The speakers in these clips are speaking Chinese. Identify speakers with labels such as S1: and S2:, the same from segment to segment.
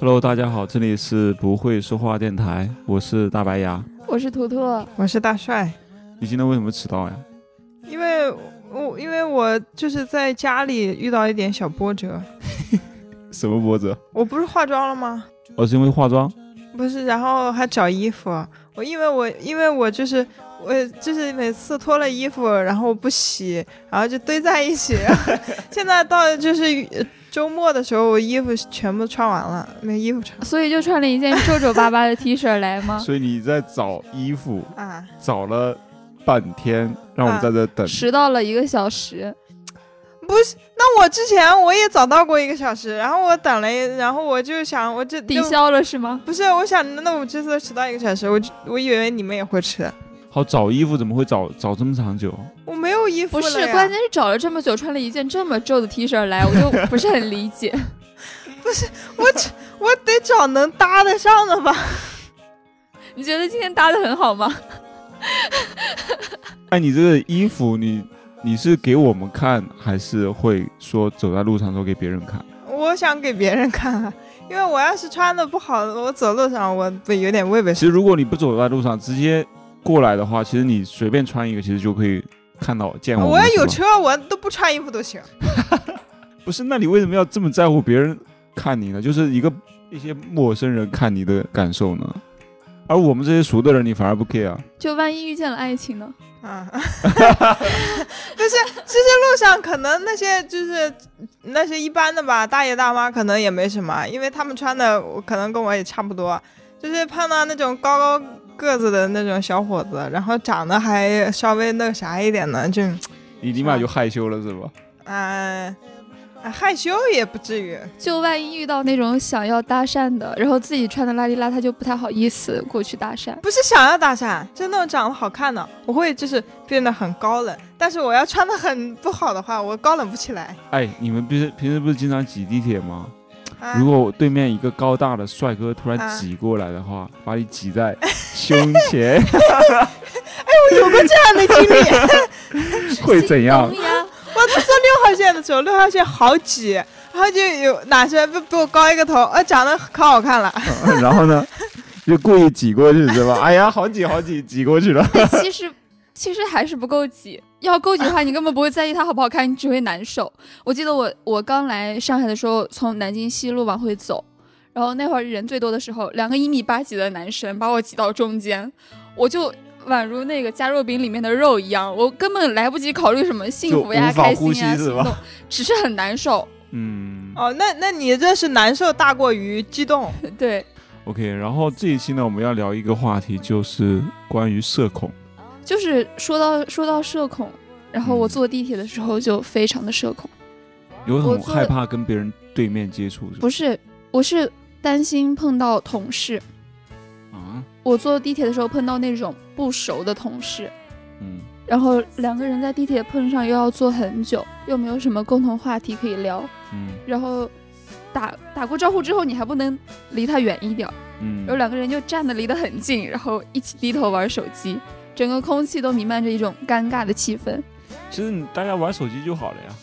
S1: Hello，大家好，这里是不会说话电台，我是大白牙。
S2: 我是图图，
S3: 我是大帅，
S1: 你今天为什么迟到呀？
S3: 因为我因为我就是在家里遇到一点小波折，
S1: 什么波折？
S3: 我不是化妆了吗？
S1: 哦，是因为化妆？
S3: 不是，然后还找衣服，我因为我因为我就是我就是每次脱了衣服，然后不洗，然后就堆在一起， 现在到就是呃周末的时候，我衣服全部穿完了，没衣服穿
S2: 所以就穿了一件皱皱巴巴的 T 恤来吗？
S1: 所以你在找衣服，
S3: 啊，
S1: 找了半天，让我们在这等。
S2: 迟到了一个小时，
S3: 不是。那我之前我也早到过一个小时，然后我等了一，然后我就想我这
S2: 抵消了是 吗？
S3: 不是，我想，那我这次迟到一个小时，我就我以为你们也会迟，
S1: 好，找衣服怎么会找找这么长久？
S3: 我没有衣服
S2: 不
S3: 了
S2: 是，
S3: 呀
S2: 关键是找了这么久，穿了一件这么皱的 T 恤来，我就 不是很理解。
S3: 我只我得找能搭得上的吧。
S2: 你觉得今天搭的很好吗？
S1: 哎，你这个衣服，你你是给我们看，还是会说走在路上说给别人看？
S3: 我想给别人看啊，因为我要是穿的不好，我走路上我不有点畏畏
S1: 其实如果你不走在路上，直接过来的话，其实你随便穿一个，其实就可以看到见我们。
S3: 我要有
S1: 是吧
S3: 车，我都不穿衣服都行。
S1: 不是，那你为什么要这么在乎别人看你呢？就是一个一些陌生人看你的感受呢？而我们这些熟的人，你反而不 care 啊。
S2: 就万一遇见了爱情呢？
S3: 啊， 不是，其实路上可能那些就是那些一般的吧，大爷大妈可能也没什么，因为他们穿的我可能跟我也差不多，就是碰到那种高高个子的那种小伙子，然后长得还稍微那啥一点的，就
S1: 你立马就害羞了是吧？
S3: 嗯、啊害羞也不至于。
S2: 就万一遇到那种想要搭讪的，然后自己穿的邋里邋遢，就不太好意思过去搭讪。
S3: 不是想要搭讪，就那种长得好看的，我会就是变得很高冷，但是我要穿的很不好的话，我高冷不起来。
S1: 哎，你们平时平时不是经常挤地铁吗？
S3: 啊、
S1: 如果对面一个高大的帅哥突然
S3: 啊
S1: 挤过来的话，把你挤在胸 前，
S3: 有过这样的经历。
S1: 会怎样
S2: 心？动呀？
S3: 我坐六号线的时候，六号线好挤，然后就有男生比比我高一个头，呃，长得可好看了。
S1: 然后呢，就故意挤过去是吧？哎呀，好挤好挤，挤过去了。
S2: 哎其实其实还是不够挤。要够挤的话，你根本不会在意它好不好看，你只会难受。我记得我我刚来上海的时候，从南京西路往回走，然后那会儿人最多的时候，两个一米八几的男生把我挤到中间，我就宛如那个夹肉饼里面的肉一样，我根本来不及考虑什么幸福
S1: 就
S2: 呀、
S1: 无法
S2: 开
S1: 呼
S2: 心
S1: 吸
S2: 呀、
S1: 是
S2: 心
S1: 吧
S2: 动，只是很难受。
S1: 嗯
S3: 哦，那那你这是难受大过于激动。
S2: 对，
S1: ，OK。然后这一期呢，我们要聊一个话题，就是关于社恐。
S2: 就是说到说到社恐，然后我
S1: 嗯
S2: 坐地铁的时候就非常的社恐。
S1: 有
S2: 我
S1: 很
S2: 做
S1: 害怕跟别人对面接触，是吧
S2: 不是，我是担心碰到同事。
S1: 啊，
S2: 我坐地铁的时候碰到那种不熟的同事，
S1: 嗯，
S2: 然后两个人在地铁碰上又要坐很久，又没有什么共同话题可以聊，
S1: 嗯
S2: 然后打打过招呼之后，你还不能离他远一点儿，然后
S1: 嗯，
S2: 两个人就站得离得很近，然后一起低头玩手机，整个空气都弥漫着一种尴尬的气氛。
S1: 其实你大家玩手机就好了呀，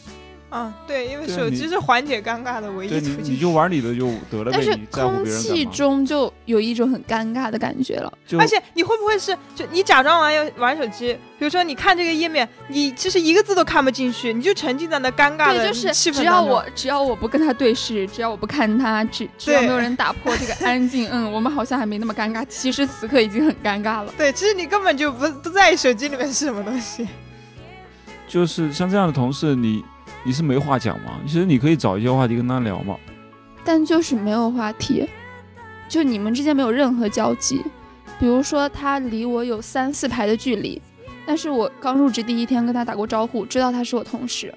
S3: 啊，对，因为
S1: 对
S3: 手
S1: 你
S3: 机是缓解尴尬的唯一
S1: 对你
S3: 途
S1: 你
S3: 径。
S1: 就玩你的就得了呗，
S2: 但是
S1: 你在乎
S2: 空
S1: 别人
S2: 气
S1: 干嘛？
S2: 中就有一种很尴尬的感觉了。
S1: 就
S3: 而且你会不会是就你假装玩游玩手机，比如说你看这个页面，你其实一个字都看不进去，你就沉浸在那尴尬
S2: 对，
S3: 的
S2: 就是
S3: 气氛
S2: 只要
S3: 当中
S2: 我只要我不跟他对视，只要我不看他，只只要没
S3: 对
S2: 有人打破这个安静，嗯，我们好像还没那么尴尬。其实此刻已经很尴尬了。
S3: 对，其实你根本就不不在意手机里面是什么东西。
S1: 就是像这样的同事，你你是没话讲嘛？其实你可以找一些话题跟他聊嘛。
S2: 但就是没有话题，就你们之间没有任何交集。比如说他离我有三四排的距离，但是我刚入职第一天跟他打过招呼，知道他是我同事，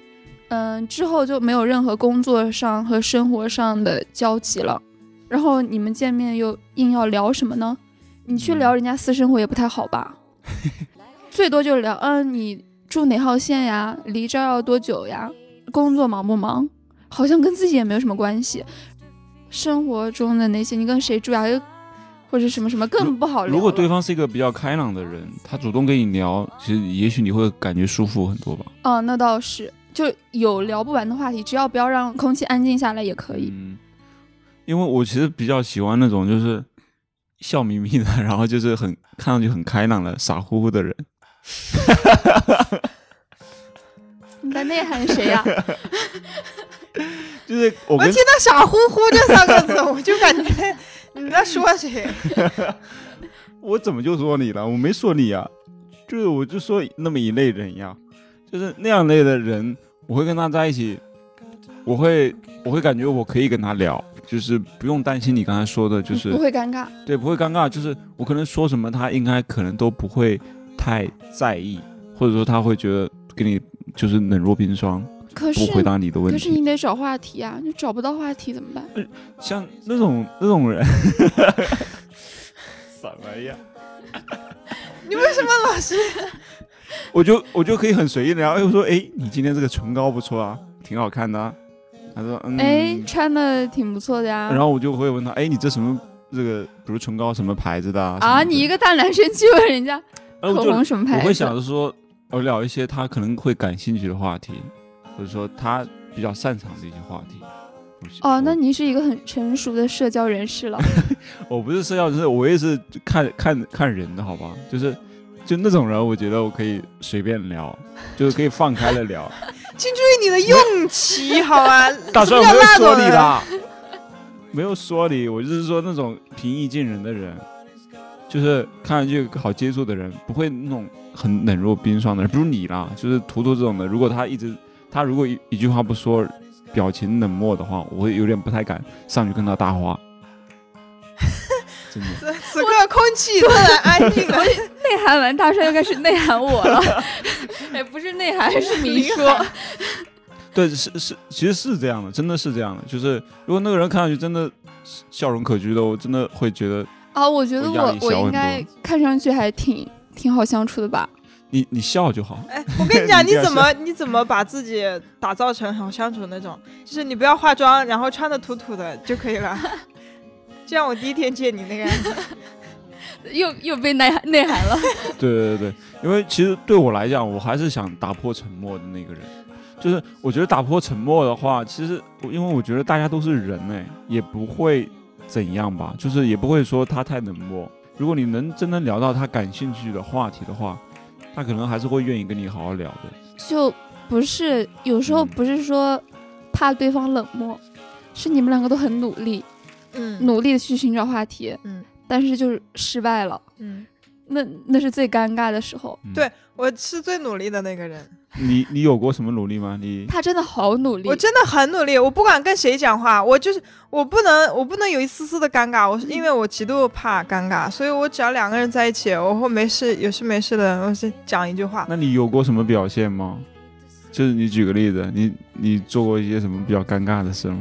S2: 嗯，之后就没有任何工作上和生活上的交集了。然后你们见面又硬要聊什么呢？你去聊人家私生活也不太好吧？最多就聊，嗯，你住哪号线呀？离这儿要多久呀？工作忙不忙？好像跟自己也没有什么关系。生活中的那些，你跟谁住呀、或者什么什么更不好聊了。
S1: 如果对方是一个比较开朗的人，他主动跟你聊，其实也许你会感觉舒服很多吧。
S2: 哦，那倒是，就有聊不完的话题，只要不要让空气安静下来也可以。
S1: 嗯，因为我其实比较喜欢那种就是笑眯眯的，然后就是很看上去很开朗的傻乎乎的人。嗯
S2: 你在内涵谁啊呀、
S1: 就是我
S3: 我
S1: 跟
S3: 听到“傻乎乎”这三个字，我就感觉 你在说谁？
S1: 我怎么就说你了？我没说你呀、就是我就说那么一类人呀，就是那样类的人，我会跟他在一起，我会我会感觉我可以跟他聊，就是不用担心你刚才说的， 就
S2: 嗯不
S1: 是
S2: 会尴尬。
S1: 对不会尴尬，就是我可能说什么他应该可能都不会太在意，或者说他会觉得跟你就是冷若冰霜，
S2: 可
S1: 不
S2: 是
S1: 回答你的问
S2: 可是
S1: 题。
S2: 你得找话题啊，你找不到话题怎么办？
S1: 像那种那种人， 什么呀？
S3: 你为什么老是
S1: 我就我就可以很随意的，然后又说，哎，你今天这个唇膏不错啊，挺好看的、啊。他说，嗯，
S2: 哎、穿的挺不错的呀。
S1: 然后我就会问他，哎，你这什么这个，比如唇膏什么牌子的啊？
S2: 啊，
S1: 什么的
S2: 你一个大男生去问人家
S1: 然后哎呃
S2: 口
S1: 我就
S2: 红什么牌子？
S1: 我会想着说，我聊一些他可能会感兴趣的话题，或者说他比较擅长的一些话题。我
S2: 哦，那你是一个很成熟的社交人士了。
S1: 我不是社交，就是我也是看看看人的好吧，就是就那种人，我觉得我可以随便聊，就是可以放开了聊。
S3: 对你的用词 好啊？
S1: 大帅，我
S3: 什
S1: 没
S3: 么
S1: 有说
S3: 叫那种
S1: 你
S3: 人
S1: 啦， 没有说你，我就是说那种平易近人的人，就是看上去好接触的人，不会那种很冷若冰霜的人，比如你啦，就是图图这种的。如果他一直，他如果一一句话不说，表情冷漠的话，我会有点不太敢上去跟他搭话。真的，
S3: 此此刻空气突然安静了，
S2: 内涵完大帅又开始内涵我 了，哎，不是内涵是明说。
S1: 对，是是，其实是这样的，真的是这样的。就是如果那个人看上去真的笑容可掬的，我真的会觉得
S2: 啊，我觉得
S1: 我压
S2: 我
S1: 力
S2: 我
S1: 小
S2: 应
S1: 很
S2: 该
S1: 多
S2: 看上去还挺挺好相处的吧？
S1: 你你笑就好。
S3: 哎， 我跟你 讲，
S1: 你
S3: 你
S1: 这样
S3: 怎么你怎么把自己打造成好相处的那种？就是你不要化妆，然后穿的土土的就可以 了。就像我第一天见你那个样子，
S2: 又又被内涵内涵了。
S1: 对对对，因为其实对我来讲，我还是想打破沉默的那个人。就是我觉得打破沉默的话，其实我因为我觉得大家都是人哎，也不会怎样吧，就是也不会说他太冷漠。如果你能真的聊到他感兴趣的话题的话，他可能还是会愿意跟你好好聊的。
S2: 就不是有时候
S1: 嗯
S2: 不是说怕对方冷漠，是你们两个都很努力，
S3: 嗯
S2: 努力的去寻找话题，
S3: 嗯
S2: 但是就是失败了，
S3: 嗯，
S2: 那那是最尴尬的时候。
S1: 嗯
S3: 对，我是最努力的那个人，
S1: 你你有过什么努力吗？你
S2: 他真的好努力，
S3: 我真的很努力，我不管跟谁讲话，我就是我不能我不能有一丝丝的尴尬，我是因为我极度怕尴尬，所以我只要两个人在一起，我会没事有事没事的，我是讲一句话。
S1: 那你有过什么表现吗？就是你举个例子，你你做过一些什么比较尴尬的事吗？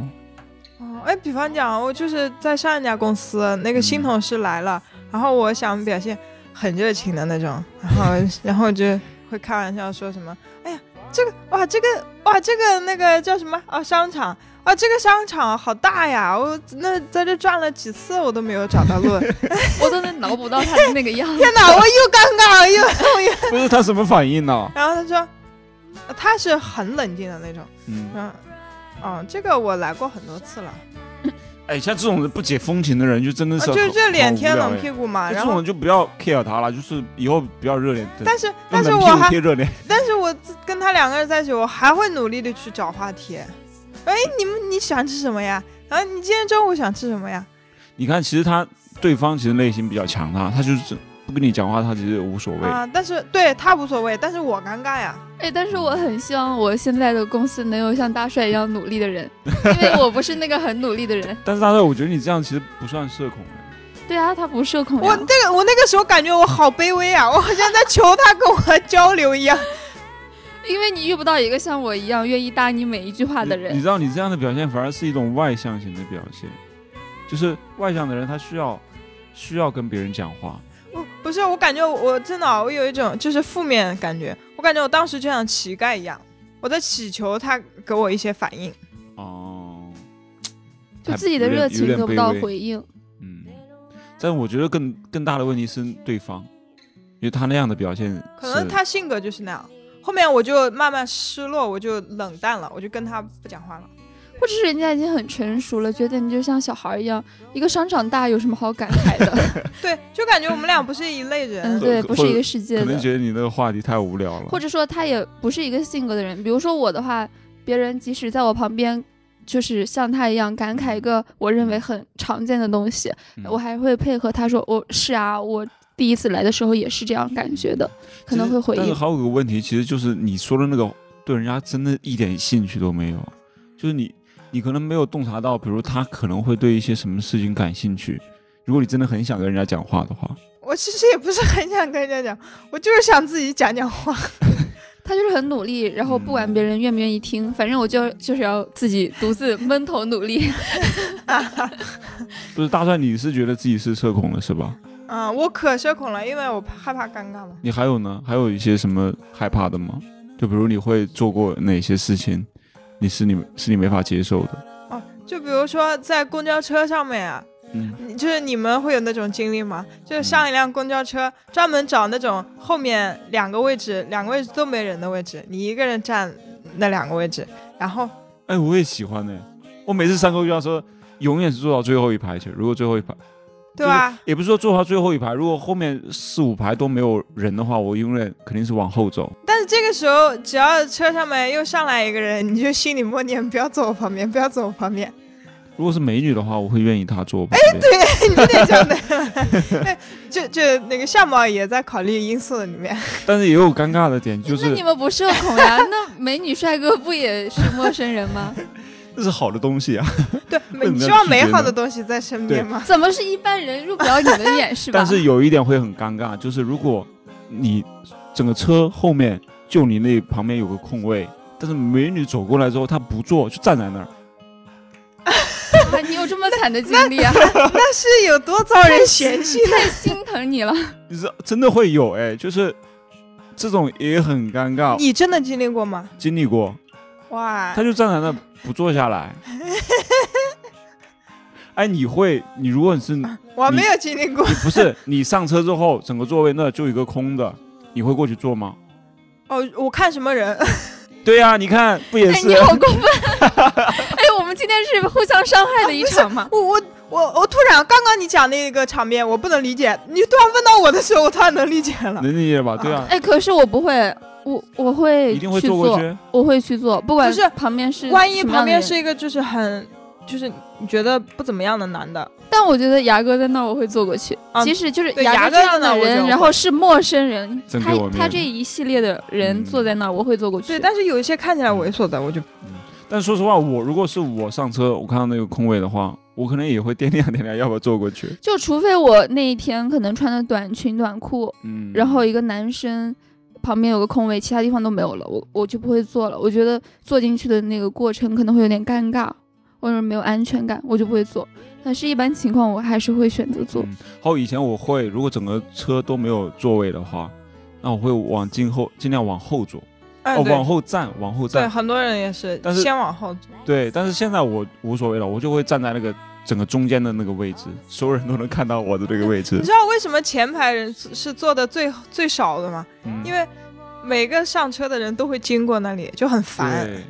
S3: 哦，哎，比方讲，我就是在上一家公司，那个新
S1: 嗯
S3: 同事来了，然后我想表现很热情的那种，然后然后就会开玩笑说什么，哎呀，这个哇，这个哇，这个那个叫什么啊，商场。啊，这个商场好大呀！我那在这转了几次，我都没有找到 路。天
S2: 我都能脑补到他的那个样子。
S3: 哪，我又尴尬了，又我又……
S1: 不是他什么反应呢、
S3: 然后他说，呃他是很冷静的那种。
S1: 嗯，
S3: 嗯，哦，这个我来过很多次了。
S1: 哎，像这种不解风情的人，就真的
S3: 啊，
S1: 是、
S3: 就就脸贴冷屁
S1: 股。
S3: 股嘛。
S1: 哎这
S3: 然
S1: 种
S3: 后
S1: 人就不要 care 他了，就是以后不要热脸。
S3: 但
S1: 是
S3: 是但是
S1: 冷
S3: 我
S1: 屁股
S3: 还
S1: 贴热脸，
S3: 但是我跟他两个人在一起，我还会努力的去找话题。哎，你们你喜欢吃什么呀？啊，你今天中午想吃什么呀？
S1: 你看，其实他对方其实内心比较强大，他就是不跟你讲话，他其实无所谓。
S3: 啊，但是对他无所谓，但是我尴尬呀。
S2: 哎，但是我很希望我现在的公司能有像大帅一样努力的人， 因为我不是那个很努力的人。
S1: 但是大帅，我觉得你这样其实不算社恐。哎
S2: 对啊，他不社恐呀
S3: 我那个我那个时候感觉我好卑微啊， 我好像在求他跟我交流一样。
S2: 因为你遇不到一个像我一样愿意搭你每一句话的
S1: 你，你
S2: 人。
S1: 知道你这样的表现反而是一种外向型的表现，就是外向的人他需要需要跟别人讲话。
S3: 我不是，我感觉我真的啊、我有一种就是负面感觉。我感觉我当时就像乞丐一样，我在祈求他给我一些反应。
S1: 哦，
S2: 就自己的热情
S1: 哎有点
S2: 得不到。
S1: 有点卑微
S2: 回应，
S1: 嗯，但我觉得更更大的问题是对方，因为他那样的表现是，
S3: 可能他性格就是那样。后面我就慢慢失落，我就冷淡了，我就跟他不讲话了。
S2: 或者是人家已经很成熟了，觉得你就像小孩一样，一个商场大有什么好感慨的？
S3: 对，就感觉我们俩不是一类
S2: 嗯，
S3: 人。
S2: 对，
S1: 或
S2: 不是一个世界
S1: 可能
S2: 的，
S1: 觉得你那个话题太无聊了
S2: 或。者说他也不是一个性格的人。比如说我的话，别人即使在我旁边，就是像他一样感慨一个我认为很常见的东西，
S1: 嗯
S2: 我还会配合他说：“我、是啊，我第一次来的时候也是这样感觉的。”可能
S1: 其实
S2: 会回
S1: 但是
S2: 应。
S1: 还有个问题，其实就是你说的那个，对人家真的一点兴趣都没有，就是你，你可能没有洞察到，比如他可能会对一些什么事情感兴趣。如果你真的很想跟人家讲话的话，
S3: 我其实也不是很想跟人家讲，我就是想自己讲讲话。
S2: 他就是很努力，然后不管
S1: 嗯
S2: 别人愿不愿意听，反正我就就是要自己独自闷头努力。
S1: 不是大帅，你是觉得自己是社恐了是吧？
S3: 嗯，我可社恐了，因为我怕害怕尴尬嘛。
S1: 你还有呢？还有一些什么害怕的吗？就比如你会做过哪些事情，你是你是你没法接受的？
S3: 哦，就比如说在公交车上面啊，
S1: 嗯，
S3: 你就是你们会有那种经历吗？就是上一辆公交车，专门找那种后面两个位置，两个位置都没人的位置，你一个人占那两个位置，然后
S1: 哎，我也喜欢呢、我每次上公交车，永远是坐到最后一排去。如果最后一排，
S3: 对吧？
S1: 也不是说坐到最后一排，如果后面四五排都没有人的话，我永远肯定是往后走。
S3: 但是这个时候，只要车上面又上来一个人，你就心里默念不要坐我旁边，不要坐我旁边，
S1: 如果是美女的话，我会愿意她坐我旁
S2: 哎
S1: 边。
S3: 你 就得讲的。 对，就就那个相貌也在考虑因素里面。
S1: 但是也有尴尬的点，就
S2: 那
S1: 是
S2: 你们不社恐呀？那美女帅哥不也是陌生人吗？
S1: 这是好的东西啊。
S3: 对，
S1: 什么
S3: 你
S1: 要
S3: 希望
S1: 拒绝
S3: 美好
S1: 呢
S3: 的东西在身边吗？
S2: 怎么是一般人入不了你的眼是吧？
S1: 但是有一点会很尴 尬，就是如果你整个车后面就你那旁边有个空位，但是美女走过来之后，她不坐，就站在那儿。
S2: 啊你有这么惨的经历啊，
S3: 那是有多遭人嫌弃呢？
S2: 太心疼你了。
S1: 你知道，真的会有哎，就是这种也很尴尬。
S3: 你真的经历 过吗？
S1: 经历过，
S3: 哇
S1: 她，就站在那儿不坐下 来。哎，你会，你如果你是你
S3: 我还没有经历过。
S1: 不是你上车之后，整个座位那儿就有一个空的，你会过去坐吗？
S3: 哦，我看什么人？
S1: 对呀、你看不 也
S2: 哎，
S1: 是？
S2: 你好过分！ 哎，我们今天是互相伤害的一场吗？
S3: 我我我我突然刚刚你讲那个场面，我不能理解。你突然问到我的时候，我突然能理解了。
S1: 能理解吧？对啊，
S2: 哎，可是我不会，我我会
S1: 一定会
S2: 哎去
S1: 坐
S2: 做，
S1: 过去。
S2: 我会去做，不管
S3: 不是
S2: 旁边是
S3: 万一
S2: 什么
S3: 旁
S2: 样的
S3: 边
S2: 人
S3: 是一个就是很就是你觉得不怎么样的男的，
S2: 但我觉得牙哥在那儿，我会坐过去。
S3: 啊
S2: 即使就是
S3: 对
S2: 牙
S3: 牙
S2: 哥
S3: 哥
S2: 这样
S3: 在那
S2: 的
S3: 儿我觉
S2: 人，
S3: 得
S2: 然
S3: 会
S2: 后是陌生人，
S1: 真
S2: 他
S1: 给我面
S2: 他
S1: 子
S2: 这一系列的人
S1: 嗯
S2: 坐在那儿，我会坐过去。
S3: 对，但是有一些看起来猥琐的，我就
S1: 但说实话，我如果是我上车，我看到那个空位的话，我可能也会掂量掂量要不要坐过去。
S2: 就除非我那一天可能穿的短裙短裤，
S1: 嗯，
S2: 然后一个男生旁边有个空位，其他地方都没有了，我我就不会坐了。我觉得坐进去的那个过程可能会有点尴尬，或者没有安全感，我就不会坐。但是一般情况我还是会选择坐。
S1: 嗯还有以前我会，如果整个车都没有座位的话，那我会往今后尽量往后坐，
S2: 啊
S3: 哎
S1: 哦，
S3: 对
S1: 往后站，往后
S3: 对
S1: 站。
S3: 很多人也是
S1: 但是
S3: 先往后
S1: 对，但是现在我无所谓了，我就会站在那个整个中间的那个位置，所有人都能看到我的这个位置
S3: 你。知道为什么前排人是坐的最最少的吗？
S1: 嗯
S3: 因为每个上车的人都会经过那里，就很烦，
S1: 对，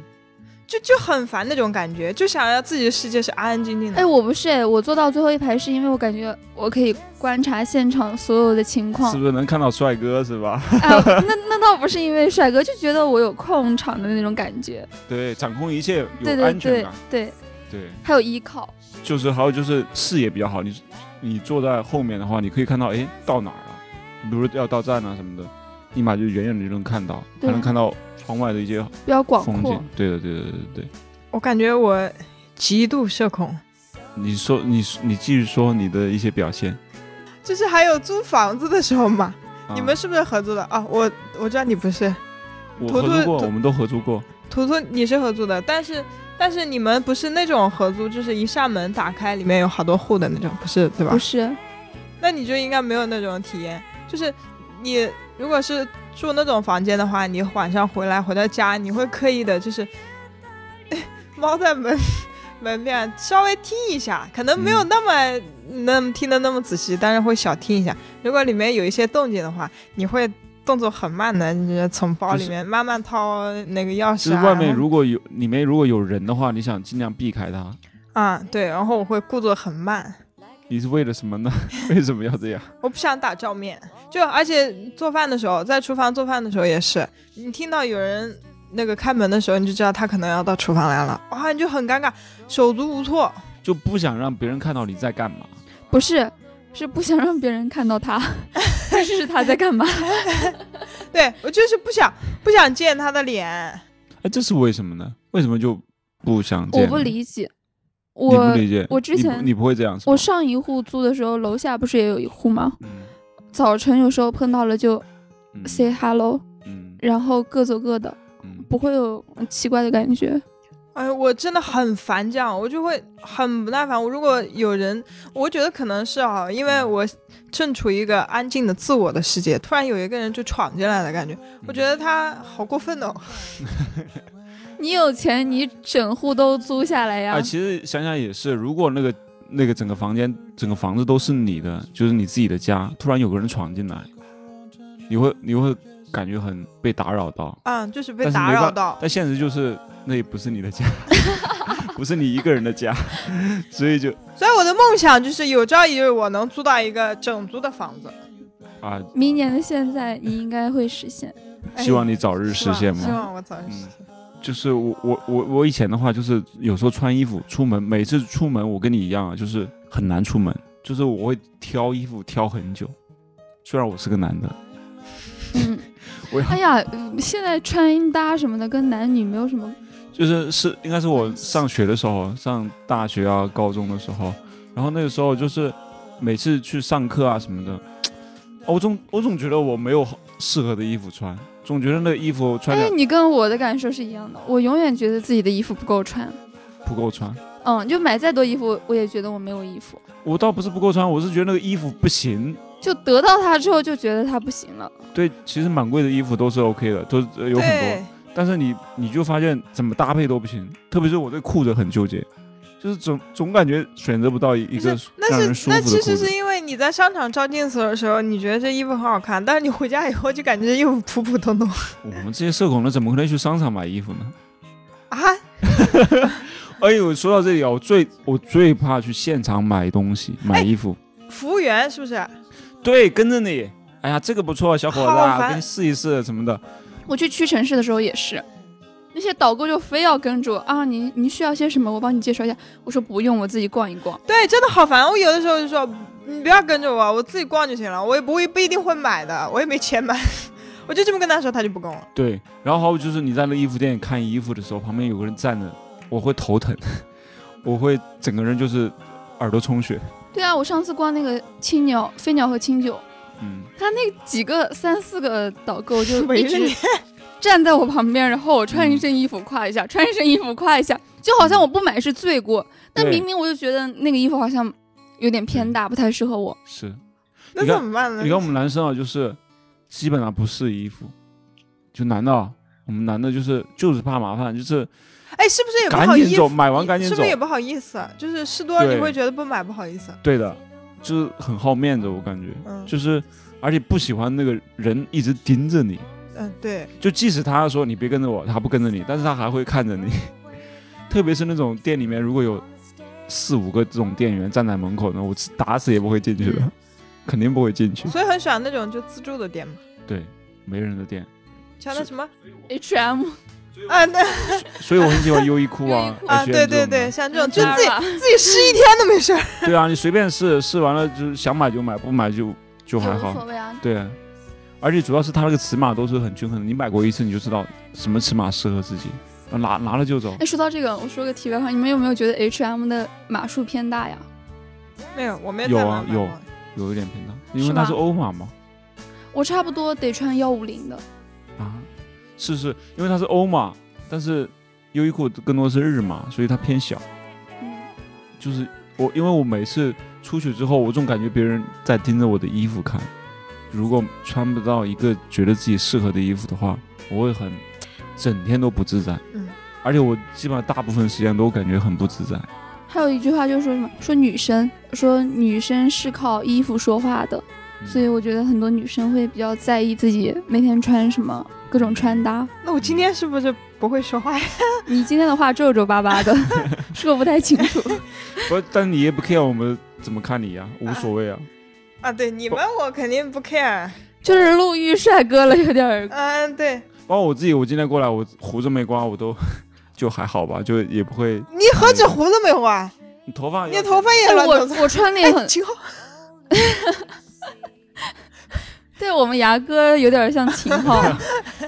S3: 就就很烦那种感觉，就想要自己的世界是安安
S1: 嗯
S3: 静静的。
S2: 哎，我不是哎，我坐到最后一排是因为我感觉我可以观察现场所有的情况
S1: 是。不是能看到帅哥是吧？
S2: 啊，那那倒不是因为帅哥，就觉得我有控场的那种感觉，
S1: 对，掌控一切
S2: 对
S1: 有
S2: 对
S1: 安全
S2: 对
S1: 感。
S2: 对，
S1: 对，
S2: 还有依靠。
S1: 就是还有就是视野比较好，你你坐在后面的话，你可以看到哎到哪儿了，比如要到站啊什么的，立马就远远的就能看到，还
S2: 对
S1: 能看到窗外的一些
S2: 比较广
S1: 风
S2: 阔
S1: 景。。对的，对的对的对的。
S3: 我感觉我极度社恐，
S1: 你说你你继续说你的一些表现。
S3: 就是还有租房子的时候嘛，
S1: 啊
S3: 你们是不是合租的啊？我我知道你不是，
S1: 我
S3: 图
S1: 合租
S3: 图
S1: 过，
S3: 图
S1: 我们都合租过。
S3: 图图你是合租的，但是但是你们不是那种合租，就是一扇门打开里面有好多户的那种，不是对吧
S2: 不？是，
S3: 那你就应该没有那种体验，就是你如果是住那种房间的话，你晚上回来回到家，你会刻意的，就是 哎猫在门门边稍微听一下，可能没有
S1: 嗯
S3: 那么能听得那么仔细，但是会小听一下。如果里面有一些动静的话，你会动作很慢的，就是从包
S1: 就
S3: 里
S1: 是
S3: 面慢慢掏那个钥匙、啊。
S1: 就是外面
S3: 然后
S1: 如果有里面如果有人的话，你想尽量避开他，
S3: 啊，对，然后我会故作很慢，
S1: 你是为了什么呢？ 为什么要这样？
S3: 我不想打照面。就而且做饭的时候，在厨房做饭的时候也是，你听到有人那个开门的时候，你就知道他可能要到厨房来了，哇，你就很尴尬，手足无措。
S1: 就不想让别人看到你在干嘛？
S2: 不是，是不想让别人看 到他，但是是他在干嘛？
S3: 对我就是不想不想见他的脸，
S1: 哎，这是为什么呢？为什么就不想见？
S2: 我不，理解，
S1: 你不
S2: 我
S1: 理解。
S2: 我之
S1: 你不
S2: 前
S1: 你不会这样是吗？
S2: 我上一户租的时候，楼下不是也有一户吗？
S1: 嗯
S2: 早晨有时候碰到了就
S1: 嗯
S2: say hello，
S1: 嗯
S2: 然后各走各的，
S1: 嗯，
S2: 不会有奇怪的感觉。
S3: 哎，我真的很烦这样，我就会很不耐烦。我如果有人，我觉得可能是啊，因为我正处于一个安静的自我的世界，突然有一个人就闯进来的感觉，我觉得他好过分哦。
S2: 你有钱，你整户都租下来呀
S1: 哎，。其实想想也是，如果那个那个整个房间、整个房子都是你的，就是你自己的家，突然有个人闯进来，你会你会感觉很被打扰到。
S3: 嗯，就是
S1: 但
S3: 被
S1: 是
S3: 打
S1: 没
S3: 扰
S1: 办
S3: 到。
S1: 但现实就是那也不是你的家， 不是你一个人的家， 所以就
S3: 所以我的梦想就是有朝一日我能租到一个整租的房子。
S1: 啊，
S2: 明年的现在，你应该会实 现。
S3: 哎
S1: 希望你早日
S3: 希
S1: 实
S3: 望
S1: 现
S3: 希
S1: 嘛。
S3: 望我早日实现。
S1: 就是我我我我以前的话，就是有时候穿衣服出门，每次出门我跟你一样啊，就是很难出门，就是我会挑衣服挑很久。虽然我是个男的，
S2: 嗯，
S1: 我要
S2: 哎呀，嗯现在穿搭什么的跟男女没有什么
S1: 就是是应该是我上学的时候，上大学啊、高中的时候，然后那个时候就是每次去上课啊什么的，啊我总我总觉得我没有适合的衣服穿，总觉得那个衣服穿
S2: 哎，
S1: 着
S2: 你跟我的感受是一样的，我永远觉得自己的衣服不够穿。
S1: 不够穿。
S2: 嗯，就买再多衣服，我也觉得我没有衣服。
S1: 我倒不是不够穿，我是觉得那个衣服不行。
S2: 就得到它之后，就觉得它不行了。
S1: 对，其实满柜的衣服都是 OK 的，都是呃有很多
S3: 对，，
S1: 但是你你就发现怎么搭配都不行，特别是我对裤子很纠结，就是总总感觉选择不到一一个让
S3: 那
S1: 人
S3: 是
S1: 舒
S3: 那
S1: 服的
S3: 其
S1: 裤
S3: 实
S1: 子
S3: 是。因为你在商场照镜子的时候，你觉得这衣服很好看，但是你回家以后就感觉这衣服普普 通通
S1: 我们这些社恐的怎么可能去商场买衣服呢？
S3: 啊。
S1: 哎呦，说到这里啊，我最我最怕去现场买东西，
S3: 哎
S1: 买衣服。
S3: 服务员是不是？
S1: 对，跟着你。哎呀，这个不错，小伙子、
S3: 好
S1: 啊，
S3: 烦
S1: 给你试一试什么的。
S2: 我去屈臣氏的时候也是，那些导购就非要跟着我啊，你你需要些什么，我帮你介绍一下。我说不用，我自己逛一逛。
S3: 对，真的好烦。我有的时候就说，你不要跟着我，我自己逛就行了。我也不会不一定会买的，我也没钱买。我就这么跟他说，他就不跟我。
S1: 对，然后还有就是你在那个衣服店看衣服的时候，旁边有个人站着，我会头疼， 我会整个人就是耳朵充血。
S2: 对啊，我上次逛那个青鸟、飞鸟和清酒，
S1: 嗯，
S2: 他那几个三四个导购就
S3: 围
S2: 一
S3: 着
S2: 直
S3: 你嗯
S2: 站在我旁边，然后我穿一身衣服夸一下，穿一身衣服夸一下，就好像我不买是罪过，但
S1: 对
S2: 明明我就觉得那个衣服好像有点偏
S3: 嗯
S2: 大，不太适合我。
S1: 是。
S3: 那
S1: 你看
S3: 怎么办呢？
S1: 你看我们男生啊，就是基本上不试衣服，就男的啊，我们男的就是就是怕麻烦，就是
S3: 哎，是不是也不
S1: 赶
S3: 好意
S1: 紧走，
S3: 思？
S1: 买完赶紧
S3: 是
S1: 走。
S3: 不是也不好意思？就是事多了，
S1: 对
S3: 你会觉得不买不好意思。
S1: 对的，就是很好面子，我感觉，
S3: 嗯
S1: 就是而且不喜欢那个人一直盯着你，
S3: 嗯，对，
S1: 就即使他说你别跟着我，他不跟着你，但是他还会看着你。 特别是那种店里面如果有四五个这种店员站在门口呢，我是打死也不会进去的，
S3: 嗯
S1: 肯定不会进去。
S3: 所以很喜欢那种就自助的店嘛，
S1: 对，没人的 店，
S3: 像那什么
S2: H M
S3: 啊，那
S1: 所以我很喜欢优衣库
S2: 优 衣
S1: 啊
S2: 库，
S3: 啊，
S1: H&M 这
S3: 对对
S1: 种
S3: 对，
S1: 的，
S3: 像这种就 自己
S2: Zara
S3: 自己试一天都 没事儿。
S1: 对啊，你随便试 试完了，就是想买就买，不买就就
S2: 也
S1: 还
S2: 无
S1: 好
S2: 所。谓啊。
S1: 对，而且主要是它那个尺码都是很均衡的，你买过一次你就知道什么尺码适合自己，拿拿了就走
S2: 哎，。说到这个，我说个题外话，你们有没有觉得 H M 的码数偏大呀？
S3: 没有，我没
S1: 有
S3: 在
S1: 啊
S3: 买
S1: 有
S3: 过
S1: 有一点偏大，因
S2: 是
S1: 为它
S2: 吧
S1: 是欧码嘛，
S2: 我差不多得穿幺五零的，
S1: 啊，是是，因为它是欧码，但是优衣库更多是日码，所以它偏小。
S2: 嗯，
S1: 就是我，因为我每次出去之后，我总感觉别人在盯着我的衣服看，如果穿不到一个觉得自己适合的衣服的话，我会很整天都不自在。
S3: 嗯，
S1: 而且我基本上大部分时间都感觉很不自在。
S2: 还有一句话就是说什么？说女生，说女生是靠衣服说话的，所以
S1: 嗯
S2: 我觉得很多女生会比较在意自己每天穿什么，各种穿搭。
S3: 那我今天是不是不会说话呀？
S2: 你今天的话皱皱巴巴的， 说不太清楚。
S1: 不，但你也不 care 我们怎么看你呀、无所谓啊。
S3: 啊，对，你们我肯定不 care。
S2: 就是路遇帅哥了，有点儿
S3: 嗯，对，
S1: 包括我自己，我今天过来，我胡子没刮，我都 就还好吧，就也不会。
S3: 你何止胡子没刮，
S1: 你头发
S3: 你
S1: 要
S3: 的头发也
S2: 哎
S3: 乱糟糟。
S2: 我我穿的也
S3: 哎，
S2: 很，
S3: 秦昊，
S2: 对我们牙哥有点像秦昊，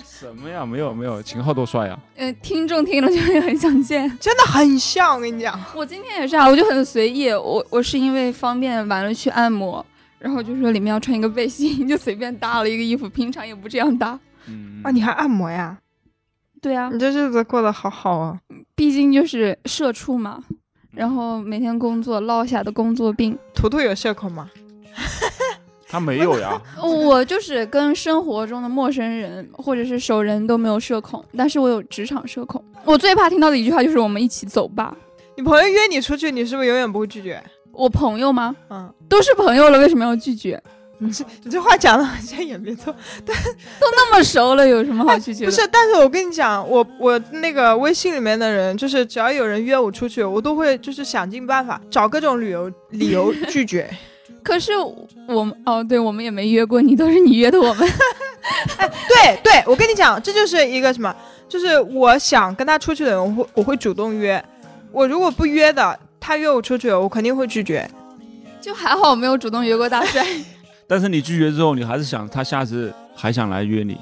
S1: 什么呀？没有没有，秦昊多帅呀、啊
S2: 嗯，听众听了就会很想见。
S3: 真的很像，我跟你讲。
S2: 我今天也是啊，我就很随意，我我是因为方便完了去按摩，然后就说里面要穿一个背心，就随便搭了一个衣服，平常也不这样搭。
S1: 嗯
S3: 啊，你还按摩呀？
S2: 对啊，
S3: 你这日子过得好好啊。
S2: 毕竟就是社畜嘛，
S3: 嗯
S2: 然后每天工作落下的工作 病，
S3: 图图有社恐吗？
S1: 他没有 呀，
S2: 我就是跟生活中的陌生人或者是熟人都没有社恐，但是我有职场社恐。我最怕听到的一句话就是“我们一起走吧
S3: 你朋友约你出去，你是不是永远不会拒绝？”。
S2: 我朋友吗？
S3: 嗯，
S2: 都是朋友了，为什么要拒绝？
S3: 你这你这话讲的好像也没错，
S2: 那么熟了，有什么好拒绝的？
S3: 不是，但是我跟你讲，我我那个微信里面的人，就是只要有人约我出去，我都会就是想尽办法找各种旅游理 由拒绝。
S2: 可是我们哦，对我们也没约过你，都是你约的 我们。
S3: 对对，我跟你讲，这就是一个什么，就是我想跟他出去的人，我会我会主动约。我如果不约的，他约我出去，我肯定会拒绝。
S2: 就还好没有主动约过大帅，
S1: 但是你拒绝之后，你还是想他下次还想来约你，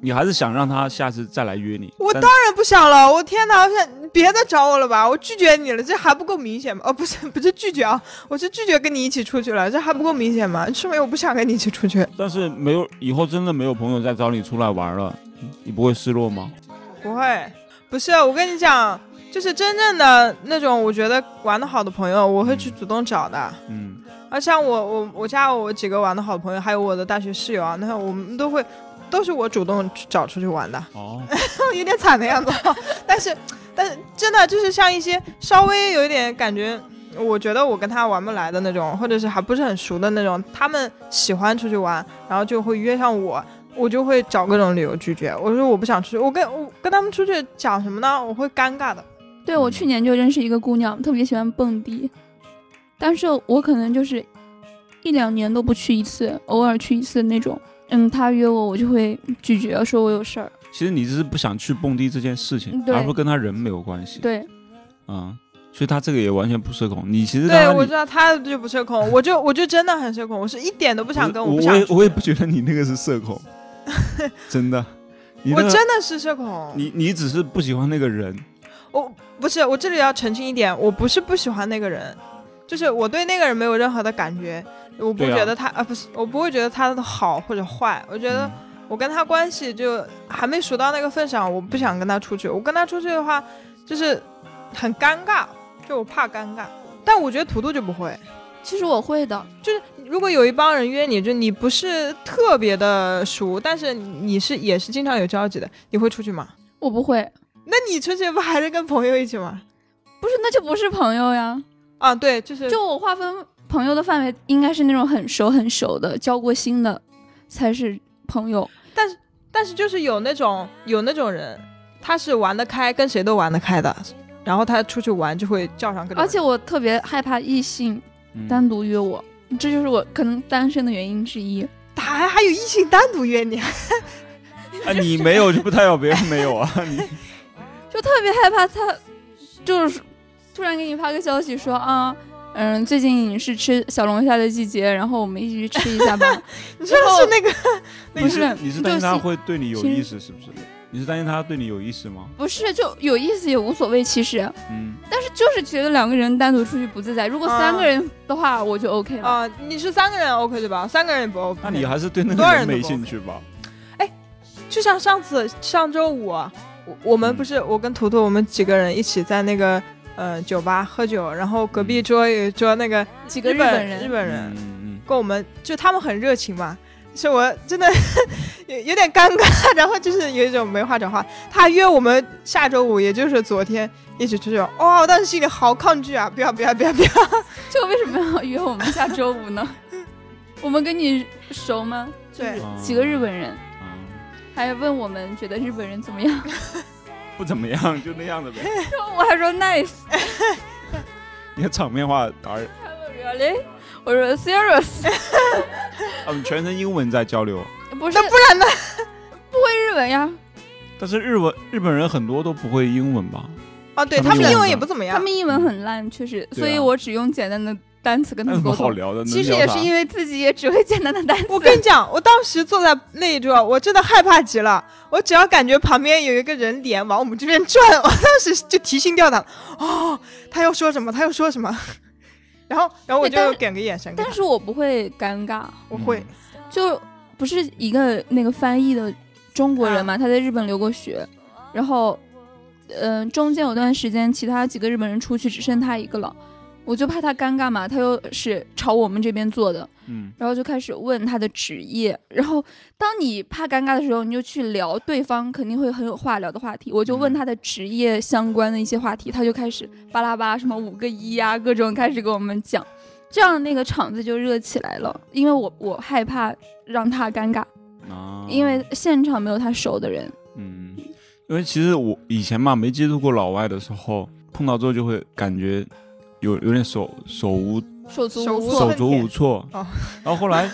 S1: 你还是想让他下次再来约你。
S3: 我
S1: 但
S3: 当然不想了，我天哪！我想你别再找我了吧，我拒绝你了，这还不够明显吗？哦，不是 不是拒绝啊，我是拒绝跟你一起出去了，这还不够明显吗？是因为我不想跟你一起出去，
S1: 但是没有以后真的没有朋友再找你出来玩了，你不会失落吗？
S3: 不会，不是我跟你讲，就是真正的那种我觉得玩的好的朋友，我会去主动找的。
S1: 嗯，
S3: 而像我我我家我几个玩的好的朋友，还有我的大学室友啊，那我们都会都是我主动去找出去玩的。
S1: 哦，
S3: 有点惨的样子，但是但是真的就是像一些稍微有一点感觉，我觉得我跟他玩不来的那种，或者是还不是很熟的那种，他们喜欢出去玩，然后就会约上我，我就会找各种理由拒绝。我说我不想出去，我跟我跟他们出去讲什么呢？我会尴尬的。
S2: 对我去年就认识一个姑娘，特别喜欢蹦迪，但是我可能就是一两年都不去一次，偶尔去一次那种。嗯，她约我，我就会拒绝，说我有事儿。
S1: 其实你只是不想去蹦迪这件事情，
S2: 对
S1: 而不是跟他人没有关系。
S2: 对，
S1: 啊、所以他这个也完全不社恐。你其实当
S3: 对，
S1: 然
S3: 我
S1: 你
S3: 知道他就不社恐，我就我就真的很社恐，我是一点都不想跟，
S1: 我
S3: 不
S1: 我
S3: 想
S1: 也
S3: 出
S1: 我也不觉得你那个是社 恐，真的。你
S3: 我
S1: 那个
S3: 真的是社恐。
S1: 你你只是不喜欢那个人，
S3: 我不是，我这里要澄清一点，我不是不喜欢那个人，就是我对那个人没有任何的感觉，我不
S1: 对啊
S3: 觉得他啊不是，我不会觉得他的好或者坏，我觉得
S1: 嗯
S3: 我跟他关系就还没熟到那个份上，我不想跟他出去。我跟他出去的话，就是很尴尬，就我怕尴尬。但我觉得图图就不会，
S2: 其实我会的，
S3: 就是如果有一帮人约你，就你不是特别的熟，但是你是也是经常有交集的，你会出去吗？
S2: 我不会，
S3: 那你出去不还是跟朋友一起吗？
S2: 不是那就不是朋友呀。
S3: 啊，对，就是
S2: 就我划分朋友的范围，应该是那种很熟很熟的，交过心的，才是朋友。
S3: 但是就是有那种有那种人，他是玩得开，跟谁都玩得开的，然后他出去玩就会叫上各种人。
S2: 而且我特别害怕异性
S1: 嗯
S2: 单 独约我，这就是我可能单身的原因之一。
S3: 还还有异性单独约 你，
S1: 啊，你没有就不代表别人没有啊。你
S2: 就特别害怕他，就是突然给你发个消息说啊，嗯，最近是吃小龙虾的季节，然后我们一起去吃一下 吧。
S3: 你说的是那 个
S2: 不
S1: 你
S2: 是
S1: 你是
S2: 就
S1: 担心他
S2: 是
S1: 会对你有
S2: 其实
S1: 意思是不是？你是担心他对你有意思吗？
S2: 不是，就有意思也无所谓，其实，
S1: 嗯，
S2: 但是就是觉得两个人单独出去不自在。如果
S3: 啊
S2: 三个人的话，我就 OK 了。
S3: 啊、你是三个人 OK 对吧？三个人也不 OK。
S1: 那你还是对那
S3: 多
S1: 个
S3: 少
S1: 人
S3: 人都
S1: 没
S3: 不
S1: 兴趣吧？
S3: 就像上次上周五，我我们不是我跟图图我们几个人一起在那个呃酒吧喝酒，然后隔壁桌嗯有一桌那个
S2: 几个
S3: 日
S2: 日
S3: 本
S2: 本人，
S3: 日本人，
S1: 嗯嗯
S3: 跟我们就他们很热情嘛，是我真的 有有点尴尬，然后就是有一种没话找话。他约我们下周五，也就是昨天一起出去玩，哦哇、我当时心里好抗拒啊，不要不要不要不要！
S2: 就为什么要约我们下周五呢？我们跟你熟吗？
S3: 对
S1: 啊
S2: 几个日本人，
S1: 啊，
S2: 还问我们觉得日本人怎么样，
S1: 不怎么样，就那样的呗。
S2: 我还说 nice，
S1: 你看场面话打耳，
S2: 他说 really，我说 serious，
S1: 啊我们全程英文在交流，
S2: 不是
S3: 那不然呢？
S2: 日文呀，
S1: 但是日文日本人很多都不会英文吧？
S3: 哦，对
S1: 他
S3: 他
S1: 们用
S3: 们英文
S1: 的
S3: 也不怎么
S2: 他
S3: 样，
S2: 们英文很烂，确实，
S1: 嗯对啊
S2: 所以我只用简单的单词跟他
S1: 那有什
S2: 们
S1: 么
S2: 沟
S1: 哎好
S2: 通。
S1: 聊的？能
S2: 其实
S1: 聊
S2: 也
S1: 啥
S2: 是因为自己也只会简单的单词。
S3: 我跟你讲，我当时坐在那一桌，我真的害怕极了。我只要感觉旁边有一个人脸往我们这边转，我当时就提心吊胆。哦，他要说什么？他要说什么？然后，然后我
S2: 对但
S3: 就给个眼神给他
S2: 但。是我不会尴尬，
S3: 我会，
S2: 就不是一个那个翻译的中国人嘛，
S3: 啊
S2: 他在日本留过学，然后，嗯、中间有段时间其他几个日本人出去，只剩他一个了，我就怕他尴尬嘛，他又是朝我们这边坐的，
S1: 嗯，
S2: 然后就开始问他的职业，然后当你怕尴尬的时候，你就去聊对方肯定会很有话聊的话题。我就问
S1: 嗯
S2: 他的职业相关的一些话题，他就开始巴拉巴拉什么五个一呀、各种开始给我们讲，这样那个场子就热起来了。因为我我害怕让他尴尬，
S1: 嗯啊，
S2: 因为现场没有他熟的人。
S1: 嗯，因为其实我以前嘛没接触过老外的时候，碰到之后就会感觉有有点手手无
S2: 手足
S3: 手
S2: 无
S3: 无
S1: 手
S2: 措
S3: 措，
S1: 足无措。
S3: 哦，
S1: 然后后来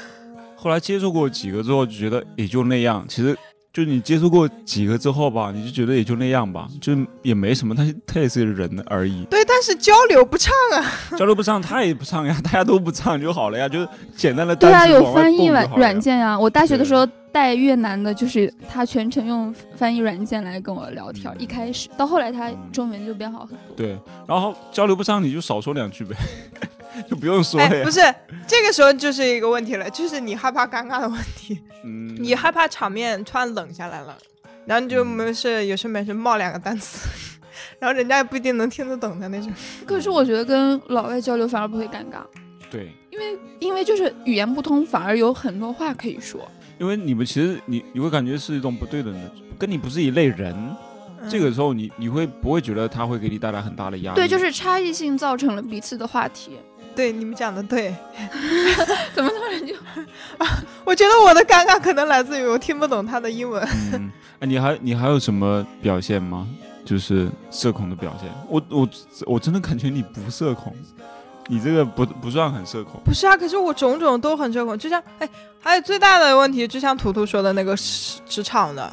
S1: 后来接触过几个之后，就觉得也就那样。其实就你接触过几个之后吧，你就觉得也就那样吧，就也没什么。他他也是人而已
S3: 对，但是交流不畅啊。
S1: 交流不上他也不上呀，大家都不上就好了呀，就简单的
S2: 对啊，
S1: 单词
S2: 有
S1: 往外
S2: 翻译
S1: 蹦就
S2: 软
S1: 好了呀
S2: 软件啊。我大学的
S1: 对
S2: 时候带越南的，就是他全程用翻译软件来跟我聊天儿。
S1: 嗯
S2: 一开始到后来，他
S1: 嗯
S2: 中文就变好很多。
S1: 对，然后交流不上你就少说两句呗， 就不用说了
S3: 哎，
S1: 呀。
S3: 不是，这个时候就是一个问题了，就是你害怕尴尬的问题，
S1: 嗯，
S3: 你害怕场面突然冷下来了，然后你就没事有事没事冒两个单词， 然后人家也不一定能听得懂的那种。
S2: 可是我觉得跟老外交流反而不会尴尬，
S1: 对，
S2: 因为因为就是语言不通，反而有很多话可以说。
S1: 因为你们其实你你会感觉是一种不对等的，跟你不是一类人。
S3: 嗯
S1: 这个时候你你会不会觉得他会给你带来很大的压
S3: 啊
S1: 力？
S2: 对，就是差异性造成了彼此的话题。
S3: 对你们讲的对，
S2: 怎么突然就
S3: 我觉得我的尴尬可能来自于我听不懂他的英文。
S1: 嗯，哎，你还你还有什么表现吗？就是社恐的表现。我我我真的感觉你不社恐，你这个不不算很社恐。
S3: 不是啊，可是我种种都很社恐，就像哎，还有最大的问题，就像图图说的那个职职场的，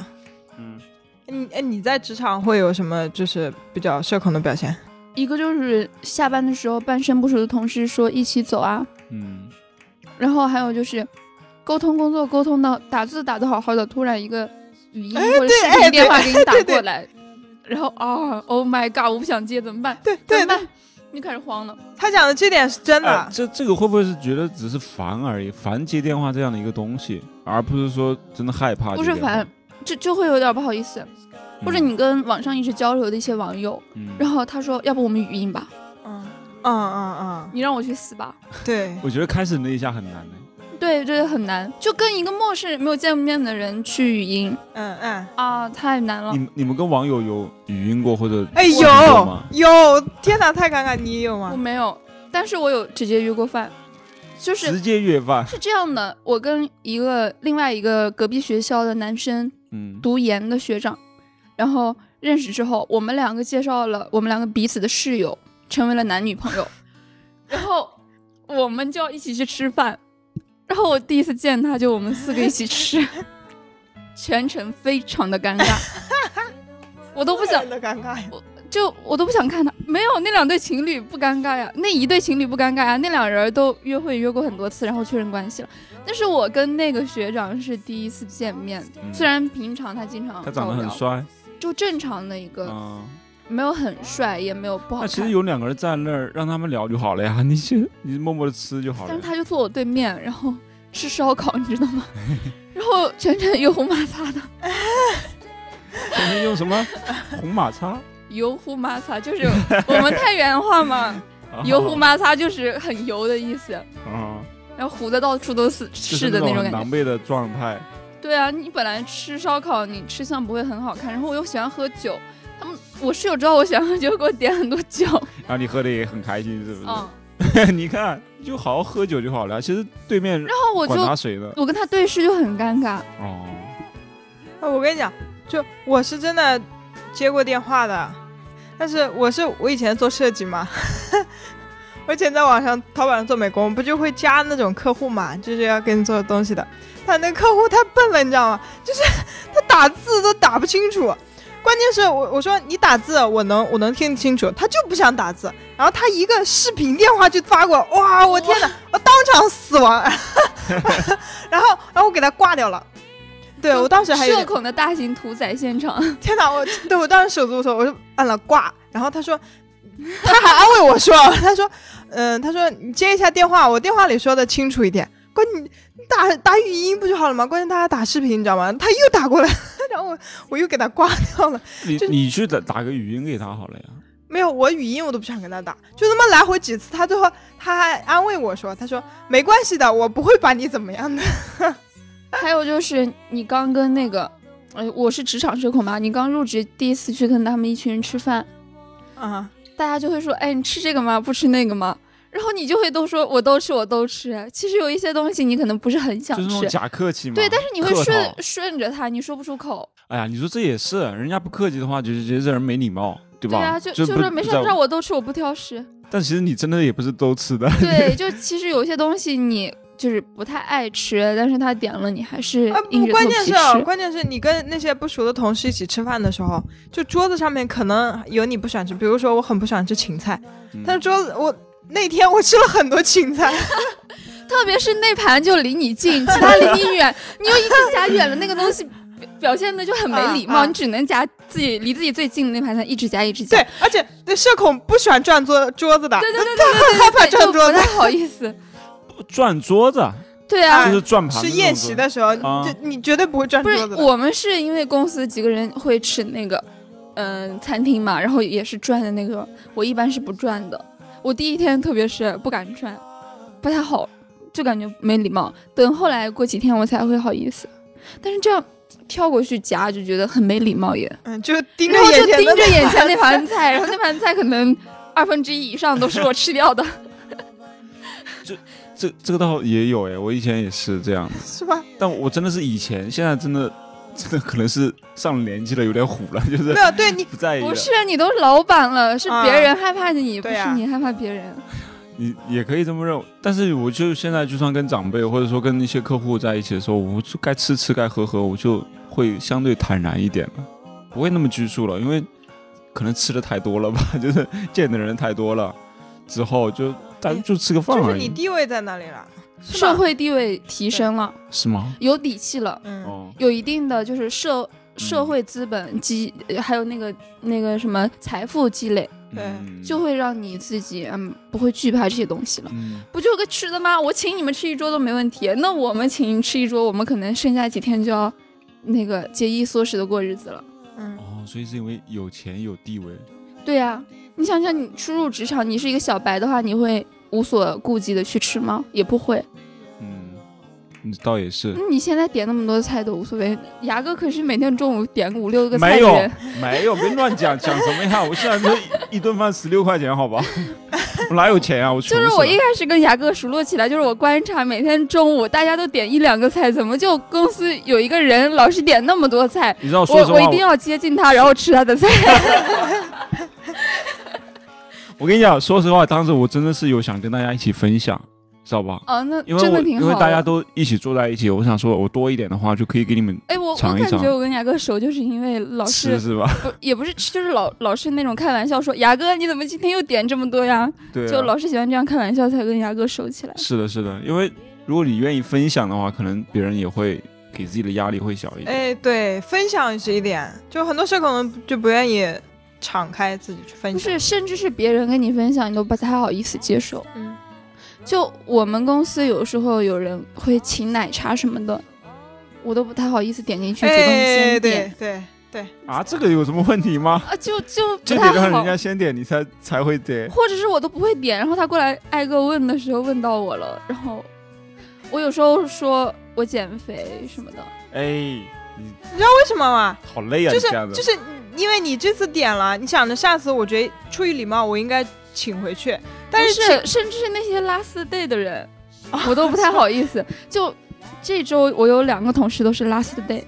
S1: 嗯，
S3: 你哎你在职场会有什么就是比较社恐的表现？
S2: 一个就是下班的时候半生不熟的同事说一起走啊，
S1: 嗯，
S2: 然后还有就是沟通工作沟通到打字打得好好的，突然一个语音或者视频
S3: 哎对
S2: 电 话给你打
S3: 对对
S2: 过来，然后啊、o h my god，我不想接，怎么办？
S3: 对
S2: 怎
S3: 对
S2: 么，办？你开始慌了。
S3: 他讲的这点是真的。
S2: 啊
S1: 哎这这个会不会是觉得只是烦而已，烦接电话这样的一个东西，而不是说真的害怕？
S2: 不是烦，，就就会有点不好意思，或
S3: 嗯
S2: 者你跟网上一直交流的一些网友，
S1: 嗯，
S2: 然后他说，要不我们语音吧，
S3: 嗯嗯嗯嗯，
S2: 你让我去死吧，
S3: 对
S1: 嗯我觉得开始那一下很难的。
S2: 对，这个很难，就跟一个陌生人没有见过面的人去语音
S3: 嗯嗯。
S2: 啊，太难了
S1: 你。们你们跟网友有语音过或者
S3: 哎，
S1: 视频过
S3: 有
S1: 吗？
S3: 有，天哪，太尴尬！你有
S2: 我
S3: 吗？
S2: 没有，但是我有直接约过饭，就是
S1: 直接约饭，
S2: 是这样的，我跟一个另外一个隔壁学校的男生
S1: 嗯，
S2: 读研的学长，然后认识之后，我们两个介绍了我们两个彼此的室友，成为了男女朋友， 然后我们就要一起去吃饭，然后我第一次见他就我们四个一起吃，全程非常的尴尬，我都不想
S3: 真的尴尬呀。
S2: 就我都不想看他，没有那两对情侣不尴尬呀，那一对情侣不尴尬呀，那两人都约会约过很多次，然后确认关系了。但是我跟那个学长是第一次见面，
S1: 嗯
S2: 虽然平常他经常
S1: 他长得
S2: 找我
S1: 很
S2: 聊，
S1: 帅，
S2: 就正常的一个，
S1: 嗯。
S2: 没有很帅，也没有不呃好
S1: 那其实
S2: 看。
S1: 有两个人站那儿，让他们聊就好了呀。 你去，你默默的吃就好了
S2: 但是
S1: 呀。
S2: 他就坐我对面，然后吃烧烤，你知道 吗？然后全程油胡麻擦的，
S1: 天天用什 么红马叉？
S2: 油胡麻擦就是我们太原话嘛，
S1: 哦
S2: 油胡麻擦就是很油的意思，
S1: 啊，
S2: 然后糊的到处都是
S1: 就是
S2: 的
S1: 那
S2: 那种
S1: 很
S2: 感觉
S1: 狼。狈的状态。
S2: 对啊，你本来吃烧烤，你吃相不会很好看，然后我又喜欢喝酒，他们我室友知道我喜欢喝酒，给我点很多酒，
S1: 然后你喝的也很开心，是不是？
S2: 嗯，
S1: 你看，就好好喝酒就好了。其实对面
S2: 然后我
S1: 管他
S2: 就
S1: 谁呢？
S2: 我跟他对视就很尴尬，
S1: 哦，
S3: 啊，我跟你讲，就我是真的接过电话的，但是我是我以前做设计嘛， 我以前在网上淘宝上做美工，不就会加那种客户嘛，就是要给你做东西的。但那客户太笨了，你知道吗？就是他打字都打不清楚。关键是我我说你打字我能我能听得清楚，他就不想打字，然后他一个视频电话就发过来，哇，哦我天哪，我当场死亡，然后然后我给他挂掉了，对我当时还有
S2: 社
S3: 点
S2: 恐的大型屠宰现场。
S3: 天哪！我对我当时手足无措，我就按了挂，然后他说，他还安慰我说，他说，嗯、他说你接一下电话，我电话里说的清楚一点。关键你你打打语音不就好了吗？关键他还打视频，你知道吗？他又打过来， 然后我我又给他挂掉了。
S1: 你
S3: 这
S1: 你去打打个语音给他好了呀。
S3: 没有，我语音我都不想跟他打，就他妈来回几次，他最后他还安慰我说，他说没关系的，我不会把你怎么样的。
S2: 还有就是你刚跟那个，呃，我是职场社恐嘛，你刚入职第一次去跟他们一群人吃饭，
S3: 啊、
S2: 大家就会说，哎，你吃这个吗？不吃那个吗？然后你就会都说我都吃，我都吃。其实有一些东西你可能不是很想
S1: 就是那
S2: 吃
S1: 种，假客气嘛。
S2: 对，但是你会
S1: 客
S2: 顺
S1: 套
S2: 顺着他，你说不出口。
S1: 哎呀，你说这也是，人家不客气的话，就就觉得这人没礼貌，对吧？
S2: 对啊，就
S1: 就
S2: 就
S1: 不
S2: 说没事，
S1: 不在乎
S2: 让我都吃，我不 挑食。
S1: 但其实你真的也不是都吃的。
S2: 对，就其实有些东西你就是不太爱吃，但是他点了，你还是
S3: 啊
S2: 硬
S3: 不，
S2: 着头
S3: 关键
S2: 皮
S3: 是
S2: 吃。
S3: 啊关键是你跟那些不熟的同事一起吃饭的时候，就桌子上面可能有你不喜欢吃，比如说我很不喜欢吃芹菜，
S1: 嗯
S3: 但是桌子我那天我吃了很多芹菜，
S2: 特别是那盘就离你 近，其他离你远，你又一直夹远了，那个东西表表现的就很没礼貌，
S3: 啊啊
S2: 你只能夹自己离自己最近的那盘菜，一直夹一直夹。
S3: 对，而且那社恐不喜欢转桌桌子的，
S2: 对对对对
S3: 害 怕
S2: 对对，
S3: 转
S2: 就
S3: 桌
S2: 不
S3: 子
S2: 太。好意思。
S1: 转桌子啊，
S2: 对啊
S1: 就，是转盘。
S3: 吃宴席，的时候，
S1: 啊
S3: 就你绝对不会转
S2: 不是
S3: 桌子的。
S2: 我们是因为公司几个人会吃那个，嗯、餐厅嘛，然后也是转的那个，我一般是不转的。我第一天特别是不敢转，不太好，就感觉没礼貌。等后来过几天我才会好意思，但是这样跳过去夹就觉得很没礼貌耶。
S3: 嗯，就盯着
S2: 然后就
S3: 眼前
S2: 盯
S3: 的
S2: 着眼前那盘菜，然后那盘菜可能二分之一以上都是我吃掉的。
S1: 这这个倒也有哎，我以前也是这样，
S3: 是吧？
S1: 但我真的是以前，现在真的真的可能是上了年纪了，有点虎了，就是
S3: 没有，对你
S1: 不在意了。
S2: 不是，啊你都是老板了，是别人害怕你，不
S3: 哎啊对
S2: 是
S3: 啊
S2: 你害怕别人。
S1: 你也可以这么认为，但是我就现在就算跟长辈或者说跟一些客户在一起的时候，我就该吃吃该喝喝，我就会相对坦然一点了，不会那么拘束了，因为可能吃的太多了吧，就是见的人太多了，之后就大家就吃个饭
S3: 就是
S1: 而
S3: 你
S1: 已，
S3: 地位在那里了，是吧
S2: 社会地位提升了，
S1: 是吗？
S2: 有底气了，
S3: 嗯，
S1: 哦，
S2: 有一定的就是
S1: 嗯
S2: 社社会资本积，呃还有那个那个什么财富积累，
S3: 对
S1: 嗯
S2: 就会让你自己嗯不会惧怕这些东西了。
S1: 嗯，
S2: 不就个吃的吗？我请你们吃一桌都没问题。那我们请你吃一桌，我们可能剩下几天就要那个节衣缩食的过日子了。
S3: 嗯，
S1: 哦，所以是因为有钱有地位，
S2: 对呀、你想想，你初入职场，你是一个小白的话，你会无所顾忌的去吃吗？也不会。
S1: 嗯，嗯倒也是
S2: 那，你现在点那么多菜都无所谓，牙哥可是每天中午点五六个
S1: 没
S2: 菜的
S1: 有
S2: 人。
S1: 没有，别乱 讲，讲什么呀？我现在这一顿饭十六块钱，好吧？ 我哪有钱啊？我
S2: 就是
S1: 穷
S2: 我
S1: 死了
S2: 一开始跟牙哥熟络起来，就是我观察每天中午大家都点一两个菜，怎么就公司有一个人老是点那么多菜？
S1: 你知道，
S2: 我
S1: 哦说实话，
S2: 我一定要接近他，然后吃他的菜。
S1: 我跟你讲，说实话，当时我真的是有想跟大家一起分享，知道吧？
S2: 哦，那
S1: 因为
S2: 真
S1: 我
S2: 的挺
S1: 因
S2: 好
S1: 为
S2: 的。
S1: 大家都一起坐在一起，我想说我多一点的话，就可以给你们
S2: 哎，我我
S1: 尝一
S2: 感
S1: 尝
S2: 觉我跟牙哥熟，就是因为老
S1: 吃，
S2: 是
S1: 是 吧？
S2: 不也不是吃，就是老老是那种开玩笑说牙哥你怎么今天又点这么多呀？
S1: 对啊、
S2: 就老是喜欢这样开玩笑，才跟牙哥熟起来。
S1: 是的，是的，因为如果你愿意分享的话，可能别人也会给自己的压力会小一点。
S3: 哎，对，分享是一点，就很多社恐人就不愿意敞开自己去分
S2: 不
S3: 享。
S2: 是，甚至是别人跟你分享，你都不太好意思接受。
S3: 嗯，
S2: 就我们公司有时候有人会请奶茶什么的，我都不太好意思点进去，主动
S3: 哎，
S2: 先
S3: 对
S2: 点。
S3: 对对，
S1: 啊，这个有什么问题吗？
S2: 啊，就就不
S1: 这得
S2: 太
S1: 让
S2: 好
S1: 人，家先点，你才才会点。
S2: 或者是我都不会点，然后他过来挨个问的时候问到我了，然后我有时候说我减肥什么的，
S1: 哎，
S3: 为什么嘛？
S1: 好累啊！
S3: 就
S1: 你这样
S3: 是
S1: 子，
S3: 就是因为你这次点了，你想着下次，我觉得出于礼貌，我应该请回去。哦但
S2: 不
S3: 是挺
S2: 是，甚至是那些拉丝 day 的人，我都不太好意思。就这周，我有两个同事都是拉丝 day，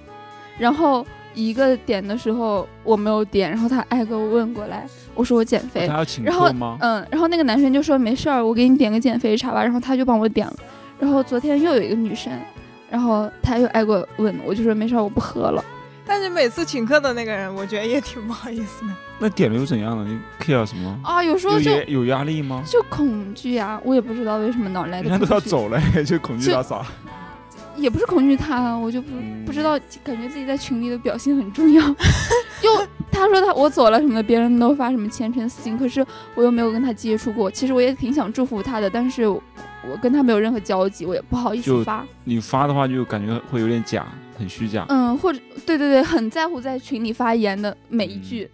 S2: 然后一个点的时候我没有点，然后他挨个问过来，我说我减肥
S1: 哦他，要请
S2: 哎然后
S1: 客吗？
S2: 嗯，然后那个男生就说没事儿，我给你点个减肥茶吧，然后他就帮我点了。然后昨天又有一个女生，然后她又挨过问，我就说没事儿，我不喝了。
S3: 但是每次请客的那个人，我觉得也挺不好意思的。
S1: 那点了又怎样了？你 care 什么？
S2: 啊，有时候
S1: 有
S2: 就
S1: 压有压力吗？
S2: 就恐惧啊，我也不知道为什么哪来的
S1: 人家都要
S2: 恐惧，
S1: 走了， 就恐惧
S2: 就
S1: 到啥？
S2: 也不是恐惧他，啊我就不
S1: 嗯
S2: 不知道，感觉自己在群里的表现很重要。 又他说他我走了什么的，别人都发什么前程似锦，可是我又没有跟他接触过。其实我也挺想祝福他的，但是我我跟他没有任何交集，我也不好意
S1: 就
S2: 思发。
S1: 你发的话就感觉会有点假，很虚假。
S2: 嗯，或者对对对，很在乎在群里发言的每一句。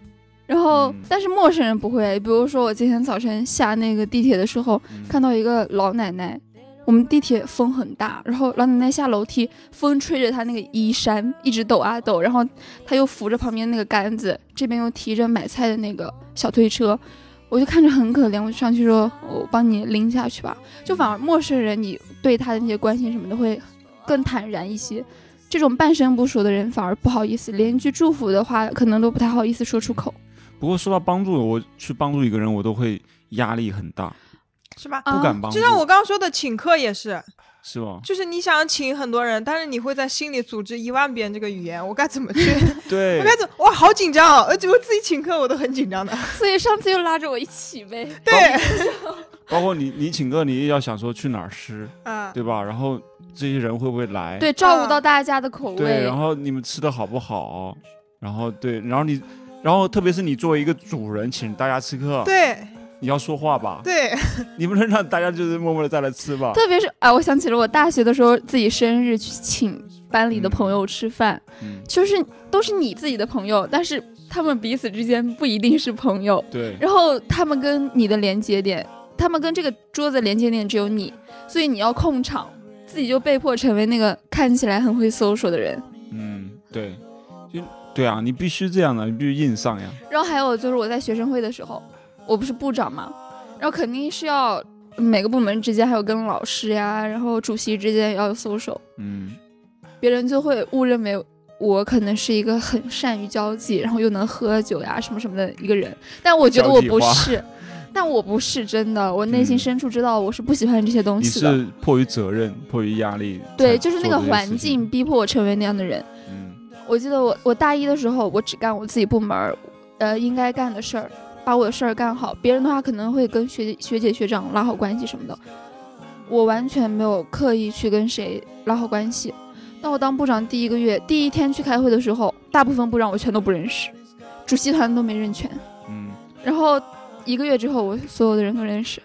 S2: 然后，
S1: 嗯
S2: 但是陌生人不会。啊比如说，我今天早晨下那个地铁的时候，
S1: 嗯
S2: 看到一个老奶奶，我们地铁风很大，然后老奶奶下楼梯，风吹着她那个衣衫一直抖啊抖，然后她又扶着旁边那个杆子，这边又提着买菜的那个小推车，我就看着很可怜，我就上去说我帮你拎下去吧。就反而陌生人，你对他的那些关心什么的会更坦然一些。这种半生不熟的人反而不好意思，连一句祝福的话可能都不太好意思说出口。
S1: 不过说到帮助，我去帮助一个人，我都会压力很大，
S3: 是吧？
S1: 不敢
S2: 啊、
S1: 帮助。
S3: 就像我刚刚说的，请客也是，
S1: 是吧？
S3: 就是你想请很多人，但是你会在心里组织一万遍这个语言，我该怎 么去？
S1: 对
S3: 我，该怎么？哇，好紧张哦！而且我自己请客我都很 紧张的。
S2: 所以上次又拉着我一起呗。
S3: 对，
S1: 包括你你请客，你也要想说去哪儿吃，
S3: 啊，
S1: 对吧？然后这些人会不会来？
S2: 对，照顾到大家的口
S1: 对
S2: 味。
S1: 然后你们吃的好不好？然后对，然后你，然后特别是你作为一个主人请大家吃客，
S3: 对
S1: 你要说话吧，
S3: 对，
S1: 你不能让大家就是默默的再来吃吧。
S2: 特别是啊，我想起了我大学的时候，自己生日去请班里的朋友吃饭，
S1: 嗯，
S2: 就是都是你自己的朋友，但是他们彼此之间不一定是朋友，
S1: 对，
S2: 然后他们跟你的连接点，他们跟这个桌子连接点只有你，所以你要控场，自己就被迫成为那个看起来很会搜索的人。
S1: 嗯，对，就对啊，你必须这样的，你必须硬上呀。
S2: 然后还有就是我在学生会的时候，我不是部长嘛，然后肯定是要每个部门之间还有跟老师呀，然后主席之间也要有搜手，
S1: 嗯，
S2: 别人就会误认为我可能是一个很善于交际，然后又能喝酒呀什么什么的一个人，但我觉得我不
S1: 交
S2: 是， 但我不是真的，我内心
S1: 嗯
S2: 深处知道我是不喜欢这些东
S1: 你
S2: 西的。
S1: 是迫于责任，迫于压力，
S2: 对，
S1: 才
S2: 就是那
S1: 做
S2: 个
S1: 这些
S2: 环
S1: 事情
S2: 境。逼迫我成为那样的人。
S1: 嗯，
S2: 我记得我我大一的时候，我只干我自己部门儿，呃，应该干的事儿，把我的事儿干好。别人的话可能会跟学姐学姐学长拉好关系什么的，我完全没有刻意去跟谁拉好关系。当我当部长第一个月，第一天去开会的时候，大部分部长我全都不认识，主席团都没认全。
S1: 嗯，
S2: 然后一个月之后，我所有的人都认识。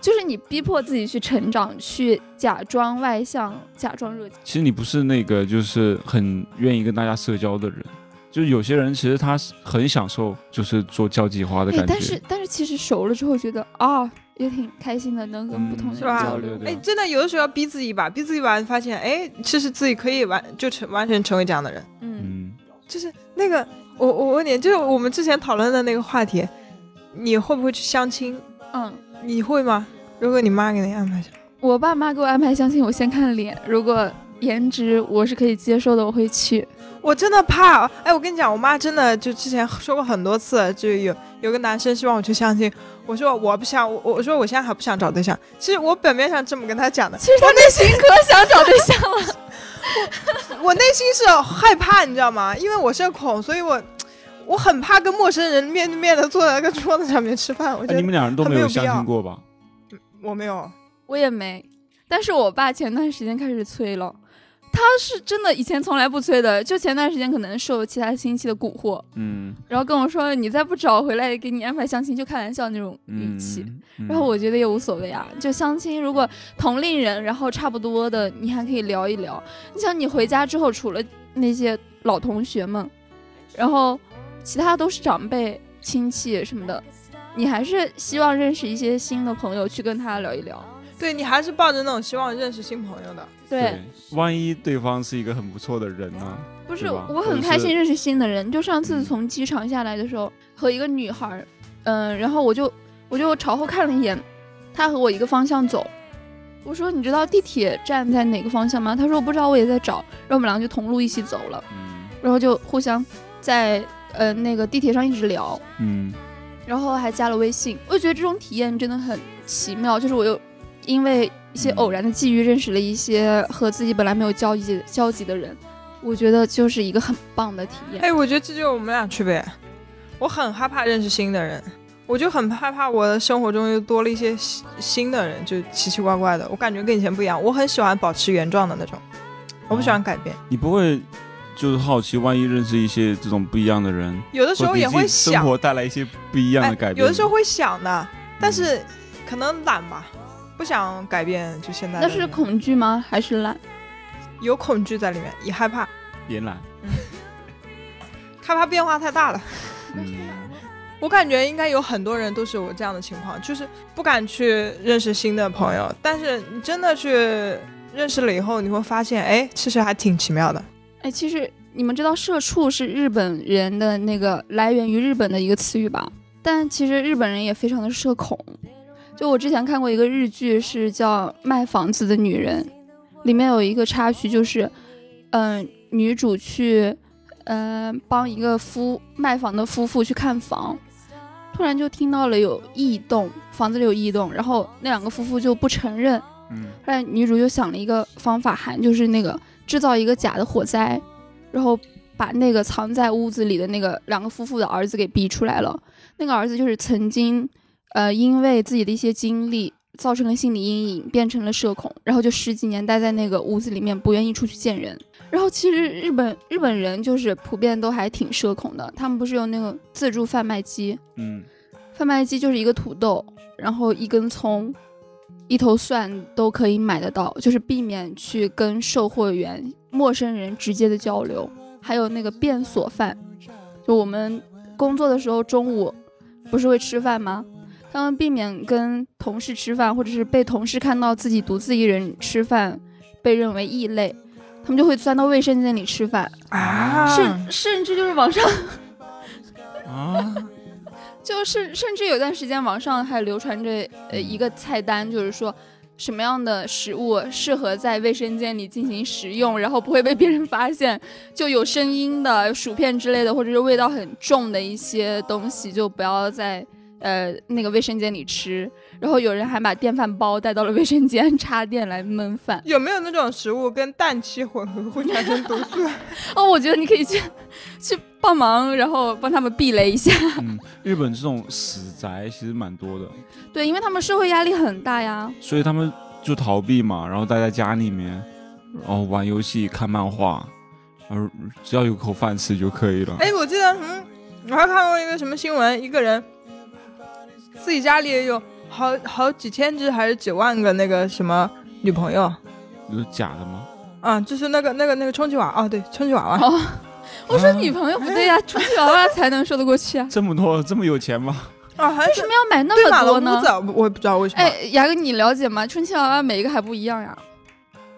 S2: 就是你逼迫自己去成长，去假装外向，假装热情。
S1: 其实你不是那个就是很愿意跟大家社交的人，就是有些人其实他是很享受就是做交际花的
S2: 哎
S1: 感，觉。
S2: 但是但是其实熟了之后觉得啊、也挺开心的，能跟不
S1: 嗯
S2: 同的
S1: 是
S2: 人
S3: 吧
S2: 交
S1: 对
S2: 流。
S1: 对
S3: 哎，
S1: 对
S3: 真的有的时候要逼自己一把，逼自己一把，发现哎，其实自己可以完就成完全成为这样的人。
S2: 嗯，
S1: 嗯，
S3: 就是那个，我我问你，就是我们之前讨论的那个话题，你会不会去相亲？
S2: 嗯，
S3: 你会吗？如果你妈给你安排上，
S2: 我爸妈给我安排相亲，我先看脸，如果颜值我是可以接受的，我会去。
S3: 我真的怕。哎，我跟你讲，我妈真的就之前说过很多次，就有有个男生希望我去相亲，我说我不想，我我说我现在还不想找对象。其实我表面上这么跟他讲的，
S2: 其实他内心可想找对象 了。
S3: 我内心是害怕，你知道吗？因为我社恐，所以我我很怕跟陌生人面对面的坐在一个桌子上面吃饭。我
S1: 哎
S3: 觉
S1: 你
S3: 得
S1: 们两人都
S3: 他
S1: 没
S3: 没
S1: 有
S3: 有必
S1: 相
S3: 要
S1: 亲过吧？
S3: 我没有，
S2: 我也没，但是我爸前段时间开始催了。他是真的以前从来不催的，就前段时间可能受其他亲戚的蛊惑，
S1: 嗯，
S2: 然后跟我说你再不找回来给你安排相亲，就开玩笑那种语
S1: 嗯
S2: 气。，
S1: 嗯
S2: 然后我觉得也无所谓啊，就相亲，如果同龄人，然后差不多的，你还可以聊一聊。你想，你回家之后，除了那些老同学们，然后其他都是长辈、亲戚什么的，你还是希望认识一些新的朋友，去跟他聊一聊。
S3: 对你还是抱着那种希望认识新朋友的。
S2: 对，
S1: 对，万一对方是一个很不错的人呢？
S2: 不是
S1: 对吧
S2: 我
S1: 或者
S2: 很开
S1: 是
S2: 心认识新的人，就上次
S1: 嗯
S2: 从机场下来的时候和一个女孩儿，嗯、然后我就我就朝后看了一眼，他和我一个方向走。我说：“你知道地铁站在哪个方向吗？”他说：“我不知道，我也在找。”然后我们俩就同路一起走了，
S1: 嗯
S2: 然后就互相在呃那个地铁上一直聊，
S1: 嗯
S2: 然后还加了微信。我就觉得这种体验真的很奇妙，就是我又因为一些偶然的际遇认识了一些和自己本来没有交集交集的人，我觉得就是一个很棒的体验。
S3: 哎，我觉得这就是我们俩区别。我很害怕认识新的人，我就很害怕我的生活中又多了一些新新的人，就奇奇怪怪的。我感觉跟以前不一样，我很喜欢保持原状的那种，我不
S1: 哦
S3: 喜欢改变。
S1: 你不会就是好奇，万一认识一些这种不一样的人，
S3: 有的时候
S1: 给
S3: 也
S1: 自己
S3: 会
S1: 生
S3: 想，
S1: 活带来一些不一样的改变吗、
S3: 哎，有的时候会想的，但
S1: 嗯
S3: 是可能懒吧，不想改变，就现在的
S2: 那是
S3: 人
S2: 恐惧吗？还是懒？
S3: 有恐惧在里面，也害怕，
S1: 也嗯懒，
S3: 害怕变化太大了。
S1: 嗯
S3: 我感觉应该有很多人都是我这样的情况，就是不敢去认识新的朋友，但是你真的去认识了以后，你会发现，哎，其实还挺奇妙的。
S2: 哎，其实你们知道“社畜”是日本人的那个来源于日本的一个词语吧？但其实日本人也非常的社恐。就我之前看过一个日剧，是叫《卖房子的女人》，里面有一个插曲，就是，嗯、女主去，嗯、帮一个夫卖房的夫妇去看房，突然就听到了有异动，房子里有异动，然后那两个夫妇就不承认，
S1: 嗯
S2: 后来女主就想了一个方法喊，就是那个制造一个假的火灾，然后把那个藏在屋子里的那个两个夫妇的儿子给逼出来了。那个儿子就是曾经，呃，因为自己的一些经历造成了心理阴影，变成了社恐，然后就十几年待在那个屋子里面，不愿意出去见人。然后其实日本日本人就是普遍都还挺社恐的，他们不是有那个自助贩卖机，
S1: 嗯，
S2: 贩卖机就是一个土豆，然后一根葱，一头蒜都可以买得到，就是避免去跟售货员、陌生人直接的交流。还有那个便所饭，就我们工作的时候中午不是会吃饭吗？他们避免跟同事吃饭，或者是被同事看到自己独自一人吃饭，被认为异类，他们就会钻到卫生间里吃饭，
S1: 啊
S2: 甚甚至就是网上
S1: 啊，
S2: 就是甚至有段时间，网上还流传着呃一个菜单，就是说什么样的食物适合在卫生间里进行食用，然后不会被别人发现，就有声音的薯片之类的，或者是味道很重的一些东西，就不要在呃那个卫生间里吃。然后有人还把电饭煲带到了卫生间插电来焖饭。
S3: 有没有那种食物跟氮气混合会产生毒素？
S2: 哦，我觉得你可以去去帮忙，然后帮他们避雷一下。
S1: 嗯，日本这种死宅其实蛮多的，
S2: 对，因为他们社会压力很大呀。
S1: 所以他们就逃避嘛，然后待在家里面，然
S3: 嗯
S1: 后玩游戏、看漫画，然后只要有口饭吃就可以了。
S3: 哎，我记得，嗯，我还看过一个什么新闻，一个人自己家里有好好几千只还是几万个那个什么女朋友，
S1: 有假的吗？
S3: 啊，就是那个那个那个充气娃娃，哦，对，充气娃娃。
S2: 哦，我说
S1: 啊，
S2: 女朋友
S3: 哎
S2: 不对呀、 出去玩玩才能说得过去啊
S1: 这么多，这么有钱吗？
S3: 啊，还
S2: 为什
S3: 是
S2: 么要买
S3: 堆
S2: 那
S3: 满
S2: 么多
S3: 了屋
S2: 呢
S3: 子？啊，我也不知道为什么。
S2: 哎，牙哥，你了解吗？充气娃娃每一个还不一样呀，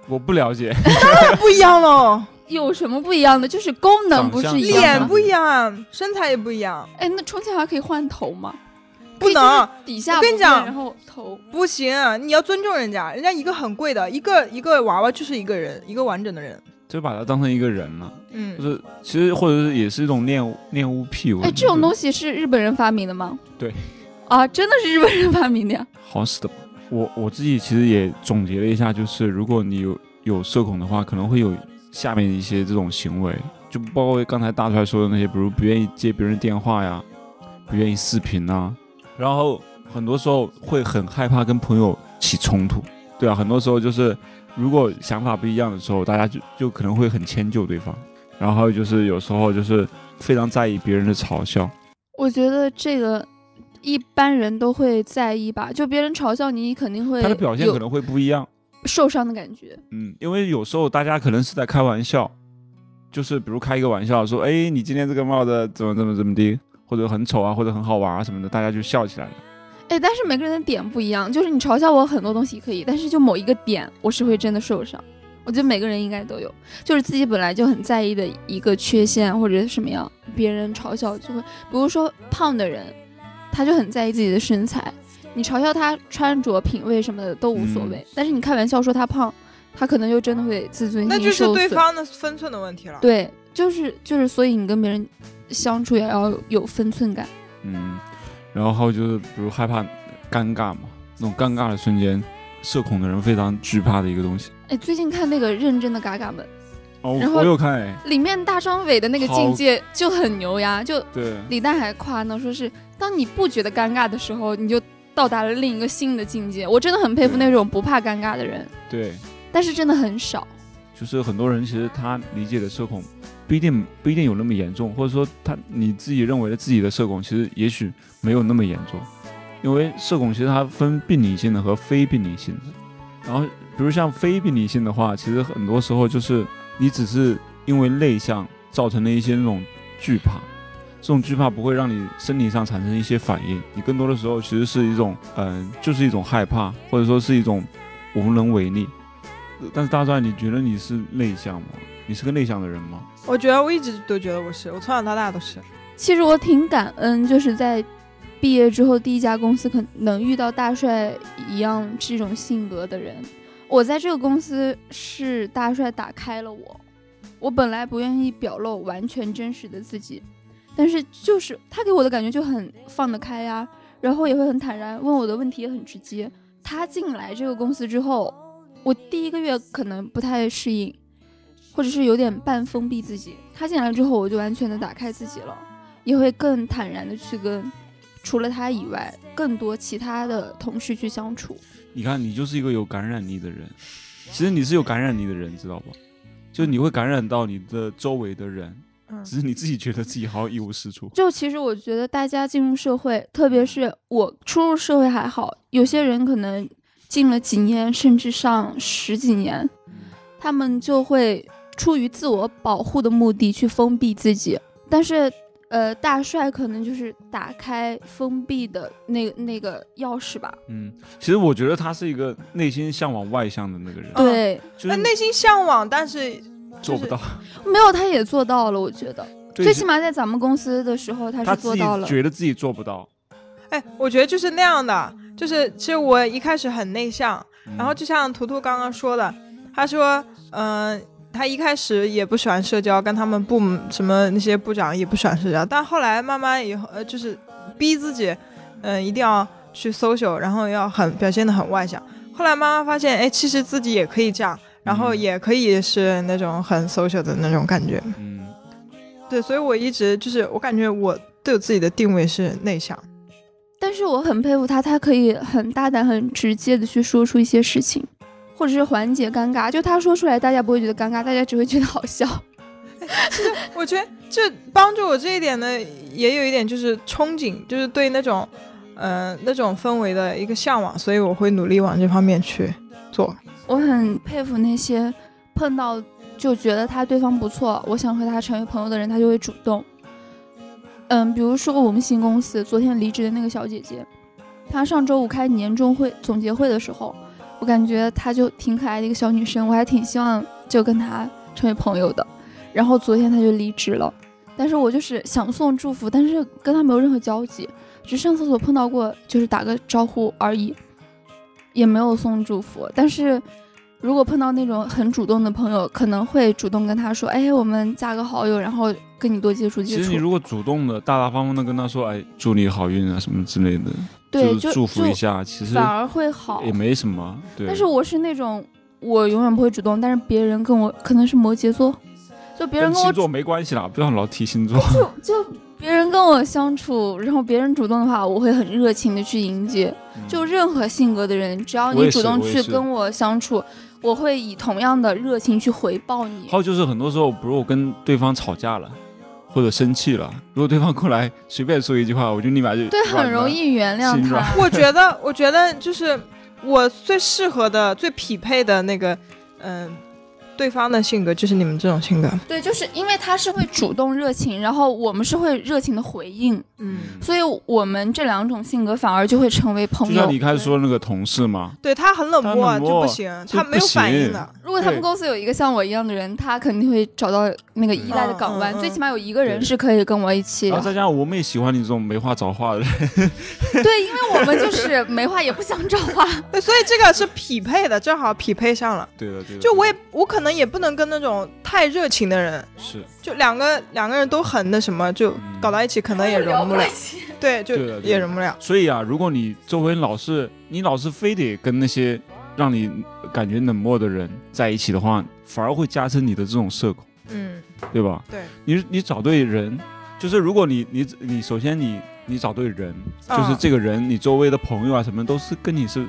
S1: 我不了解，
S3: 不一样喽，
S2: 有什么不一样的？就是功能不是一
S1: 长相
S2: 样
S3: 脸
S2: 吗？
S3: 不一样，身材也不一样，
S2: 哎，那充气娃娃可以换头吗？
S3: 不
S2: 可以
S3: 能，
S2: 就是底下
S3: 我跟你讲
S2: 部分然后头
S3: 不行，啊你要尊重人家，人家一个很贵的，一个一个娃娃就是一个人，一个完整的人。
S1: 就把它当成一个人了，就
S3: 嗯，
S1: 是其实或者是也是一种恋恋物癖。我
S2: 哎，
S1: 觉
S2: 这种
S1: 得
S2: 东西是日本人发明的吗？
S1: 对，
S2: 啊，真的是日本人发明的呀。
S1: 好死的吧。我我自己其实也总结了一下，就是如果你有有社恐的话，可能会有下面一些这种行为，就包括刚才大帅说的那些，比如不愿意接别人电话呀，不愿意视频啊，然后很多时候会很害怕跟朋友起冲突，对啊，很多时候就是如果想法不一样的时候，大家就就可能会很迁就对方，然后还有就是有时候就是非常在意别人的嘲笑，
S2: 我觉得这个一般人都会在意吧，就别人嘲笑你，你肯定会
S1: 他的表现可
S2: 有
S1: 能会不一样。
S2: 受伤的感觉。
S1: 嗯，因为有时候大家可能是在开玩笑，就是比如开一个玩笑说，哎，你今天这个帽子怎么怎么怎么的，或者很丑啊，或者很好玩啊什么的，大家就笑起来了。
S2: 哎，但是每个人的点不一样，就是你嘲笑我很多东西可以，但是就某一个点，我是会真的受伤。我觉得每个人应该都有，就是自己本来就很在意的一个缺陷或者什么样，别人嘲笑就会，比如说胖的人，他就很在意自己的身材。你嘲笑他穿着品味什么的都无所谓，
S1: 嗯
S2: 但是你开玩笑说他胖，他可能就真的会自尊
S3: 那
S2: 心
S3: 就是
S2: 受
S3: 对
S2: 损。
S3: 方的分寸的问题了。
S2: 对，就是就是，所以你跟别人相处也要有分寸感。
S1: 嗯，然后还有就是，比如害怕尴尬嘛，那种尴尬的瞬间，社恐的人非常惧怕的一个东西。
S2: 哎，最近看那个《认真的嘎嘎们
S1: 哦，
S2: 然
S1: 我
S2: 后
S1: 我有看哎，》，
S2: 里面大张伟的那个境
S1: 好
S2: 界就很牛呀，就
S1: 对，
S2: 李诞还夸呢，说是当你不觉得尴尬的时候，你就到达了另一个新的境界。我真的很佩服
S1: 对
S2: 那种不怕尴尬的人，
S1: 对，
S2: 但是真的很少。
S1: 就是很多人其实他理解的社恐不一定不一定有那么严重，或者说他你自己认为的自己的社恐，其实也许没有那么严重，因为社恐其实它分病理性的和非病理性的。然后比如像非病理性的话，其实很多时候就是你只是因为内向造成了一些那种惧怕。这种惧怕不会让你身体上产生一些反应，你更多的时候其实是一种，嗯、就是一种害怕，或者说是一种无能为力。但是大帅，你觉得你是内向吗？你是个内向的人吗？
S3: 我觉得我一直都觉得我是，我从小到大都是。
S2: 其实我挺感恩，就是在毕业之后第一家公司可能遇到大帅一样这种性格的人。我在这个公司是大帅打开了我，我本来不愿意表露完全真实的自己，但是就是他给我的感觉就很放得开呀、然后也会很坦然，问我的问题也很直接。他进来这个公司之后，我第一个月可能不太适应，或者是有点半封闭自己。他进来之后，我就完全的打开自己了，也会更坦然的去跟除了他以外更多其他的同事去相处。
S1: 你看，你就是一个有感染力的人。其实你是有感染力的人，知道吧？就你会感染到你的周围的人，
S3: 嗯，
S1: 只是你自己觉得自己好像一无是处。
S2: 就其实我觉得大家进入社会，特别是我初入社会还好，有些人可能进了几年，甚至上十几年，他们就会出于自我保护的目的去封闭自己。但是，呃，大帅可能就是打开封闭的那那个钥匙吧。
S1: 嗯，其实我觉得他是一个内心向往外向的那个人，
S3: 嗯
S2: 对，
S1: 就
S3: 那
S1: 是
S3: 内心向往，但是
S1: 做不到，
S2: 没有他也做到了，我觉得。
S1: 对
S2: 最起码在咱们公司的时候，他
S1: 他
S2: 是
S1: 自
S2: 做
S1: 己
S2: 到了。
S1: 觉得自己做不到。
S3: 哎，我觉得就是那样的，就是其实我一开始很内向，
S1: 嗯
S3: 然后就像图图刚刚说的，他说，嗯、他一开始也不喜欢社交，跟他们部门什么那些部长也不喜欢社交，但后来慢慢以后，呃，就是逼自己，嗯、一定要去 social，然后要很表现的很外向。后来慢慢发现，哎，其实自己也可以这样，然后
S1: 嗯
S3: 也可以是那种很 social 的那种感觉。
S1: 嗯，
S3: 对，所以我一直就是，我感觉我对我自己的定位是内向。
S2: 但是我很佩服他，他可以很大胆、很直接的去说出一些事情，或者是缓解尴尬。就他说出来，大家不会觉得尴尬，大家只会觉得好笑。
S3: 我觉得这帮助我这一点呢，也有一点就是憧憬，就是对那种，呃，那种氛围的一个向往，所以我会努力往这方面去做。
S2: 我很佩服那些碰到就觉得他对方不错，我想和他成为朋友的人，他就会主动。嗯，比如说我们新公司昨天离职的那个小姐姐，她上周五开年终会总结会的时候，我感觉她就挺可爱的一个小女生，我还挺希望就跟她成为朋友的。然后昨天她就离职了，但是我就是想送祝福，但是跟她没有任何交集，只是上厕所碰到过，就是打个招呼而已，也没有送祝福。但是如果碰到那种很主动的朋友，可能会主动跟她说：“哎，我们加个好友，然后跟你多接触接触。”
S1: 其实你如果主动的、大大方方的跟他说，哎，祝你好运啊什么之类的，
S2: 对，
S1: 就
S2: 就是
S1: 祝福一
S2: 就
S1: 下，其实
S2: 反而会好
S1: 也。没什么。对，
S2: 但是我是那种我永远不会主动，但是别人跟我可能是摩羯座，就别人
S1: 跟
S2: 跟我
S1: 星座没关系啦，不要老提星座。
S2: 就就别人跟我相处，然后别人主动的话，我会很热情的去迎接。
S1: 嗯
S2: 就任何性格的人，只要
S1: 我
S2: 你
S1: 也是
S2: 主动
S1: 我也
S2: 去
S1: 是
S2: 跟我相处，我会以同样的热情去回报你
S1: 还。有就是很多时候，比如我跟对方吵架了，或者生气了，如果对方过来随便说一句话，我就立马就
S2: 对，
S1: 软
S2: 很
S1: 了
S2: 容。易原谅
S1: 心软
S2: 他。
S3: 我觉得， 我觉得就是我最适合的、最匹配的那个，嗯、对方的性格就是你们这种性格。
S2: 对，就是因为他是会主动热情，然后我们是会热情的回应，
S3: 嗯，
S2: 所以我们这两种性格反而就会成为朋
S1: 就
S2: 友
S1: 像你。一开始说的那个同事嘛，
S3: 对他很冷
S1: 他
S3: 漠，啊
S1: 冷
S3: 就
S1: 漠
S3: 不行，
S1: 就
S3: 他没有
S1: 不
S3: 反应
S1: 行
S3: 的。
S2: 如果他们
S1: 对
S2: 公司有一个像我一样的人，他肯定会找到那个依赖的港湾，
S3: 嗯嗯嗯
S2: 最起码有一个人
S1: 对
S2: 是可以跟我一起
S1: 然。后再加上我们也喜欢你这种没话找话的人，
S2: 对，因为我们就是没话也不想找话。
S3: 对，所以这个是匹配的，正好匹配上了。
S1: 对的对的。
S3: 就我
S1: 也
S3: 也我可能也不能跟那种太热情的人，
S1: 是
S3: 就两个两个人都很那什么，就
S1: 嗯
S3: 搞到一起可能也融不了，对，就
S1: 对的对的
S3: 也融不了。
S1: 所以啊，如果你周围老是你老是非得跟那些让你感觉冷漠的人在一起的话，反而会加深你的这种社恐，
S3: 嗯，
S1: 对吧？
S3: 对，
S1: 你你找对人，就是如果你你你首先你你找对人，就是
S3: 嗯
S1: 这个人你周围的朋友啊什么都是跟你是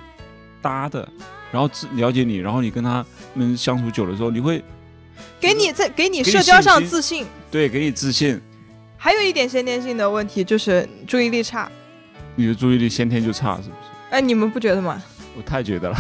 S1: 搭的，然后自了解你，然后你跟他们相处久了之后，你会
S3: 给你在给你
S1: 给你
S3: 社交上
S1: 信心
S3: 自信。
S1: 对给你自信，
S3: 还有一点先天性的问题就是注意力差，
S1: 你的注意力先天就差，是不是？
S3: 哎，你们不觉得吗？
S1: 我太觉得了，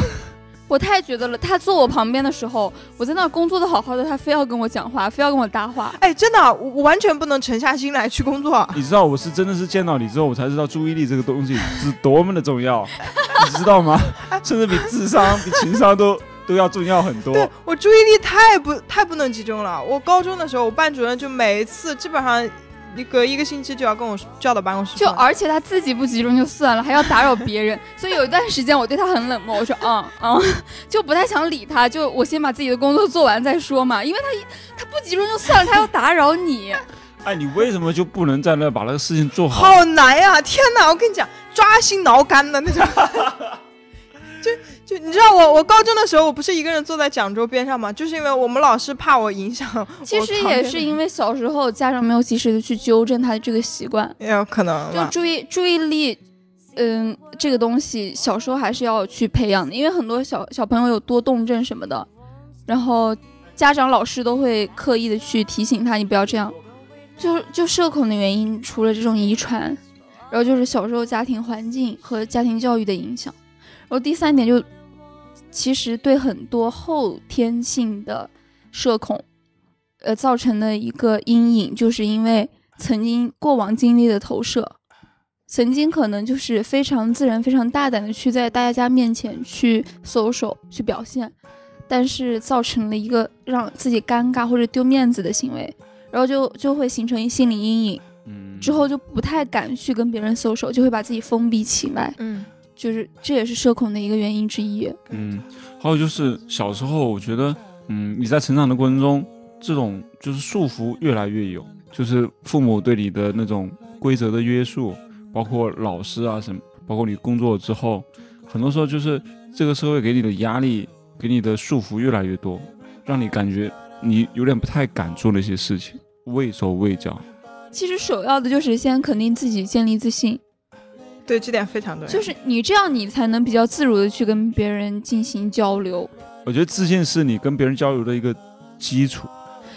S2: 我太觉得了，他坐我旁边的时候，我在那儿工作的好好的，他非要跟我讲话，非要跟我搭话。
S3: 哎，真的，我我完全不能沉下心来去 工 作。啊
S1: 你知道我是真的是见到你之后，我才知道注意力这个东西 是多么的重要， 你知道吗？甚至比智商、比情商都都要重要很多。
S3: 对我注意力太不太不能集中了。我高中的时候，我班主任就每一次基本上一隔一个星期就要跟我叫到办公室去
S2: 就。而且他自己不集中就算了，还要打扰别人，所以有一段时间我对他很冷漠。我说嗯嗯， 就不太想理他，就我先把自己的工作做完再说嘛，因为他一他不集中就算了，他要打扰你。
S1: 哎，你为什么就不能在那把那个事情做好？
S3: 好难呀、天哪，我跟你讲，抓心挠肝的那种。就就你知道我我高中的时候，我不是一个人坐在讲桌边上吗？就是因为我们老师怕我影响我旁边的，
S2: 其实也是因为小时候家长没有及时的去纠正他的这个习惯，
S3: 也有可能
S2: 就
S3: 吧。
S2: 注意注意力，嗯，这个东西小时候还是要去培养的，因为很多小小朋友有多动症什么的，然后家长老师都会刻意的去提醒他，你不要这样。就就社恐的原因，除了这种遗传，然后就是小时候家庭环境和家庭教育的影响，然后第三点就其实对很多后天性的社恐，呃造成的一个阴影，就是因为曾经过往经历的投射，曾经可能就是非常自然、非常大胆的去在大家面前去 social 去表现，但是造成了一个让自己尴尬或者丢面子的行为，然后就就会形成一心理阴影，
S1: 嗯，
S2: 之后就不太敢去跟别人 social，就会把自己封闭起来，
S3: 嗯，
S2: 就是这也是社恐的一个原因之一。
S1: 嗯，还有就是小时候，我觉得，嗯，你在成长的过程中，这种就是束缚越来越有，就是父母对你的那种规则的约束，包括老师啊什么，包括你工作之后，很多时候就是这个社会给你的压力，给你的束缚越来越多，让你感觉你有点不太敢做那些事情，畏手畏脚。
S2: 其实首要的就是先肯定自己，建立自信。
S3: 对，这点非常重要。
S2: 就是你这样，你才能比较自如的去跟别人进行交流。
S1: 我觉得自信是你跟别人交流的一个基础。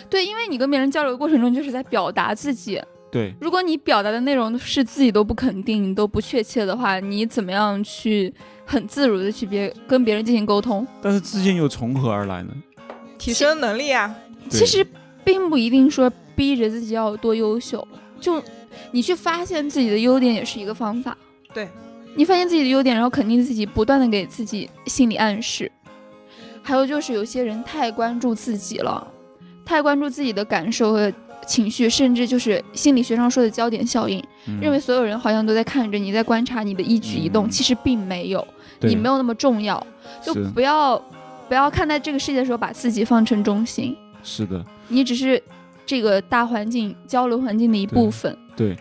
S2: 对，因为你跟别人交流的过程中，就是在表达自己。
S1: 对，
S2: 如果你表达的内容是自己都不肯定、你都不确切的话，你怎么样去很自如的去别跟别人进行沟通？
S1: 但是自信又从何而来呢？
S3: 提升能力啊，
S1: 对
S2: 其实并不一定说逼着自己要有多优秀，就你去发现自己的优点也是一个方法。
S3: 对，
S2: 你发现自己的优点，然后肯定自己，不断的给自己心理暗示。还有就是有些人太关注自己了，太关注自己的感受和情绪，甚至就是心理学上说的焦点效应，
S1: 嗯
S2: 认为所有人好像都在看着你，在观察你的一举一动，
S1: 嗯
S2: 其实并没有，
S1: 对
S2: 你没有那么重要，就是不要不要看待这个世界的时候把自己放成中心。
S1: 是的，
S2: 你只是这个大环境交流环境的一部分。
S1: 对，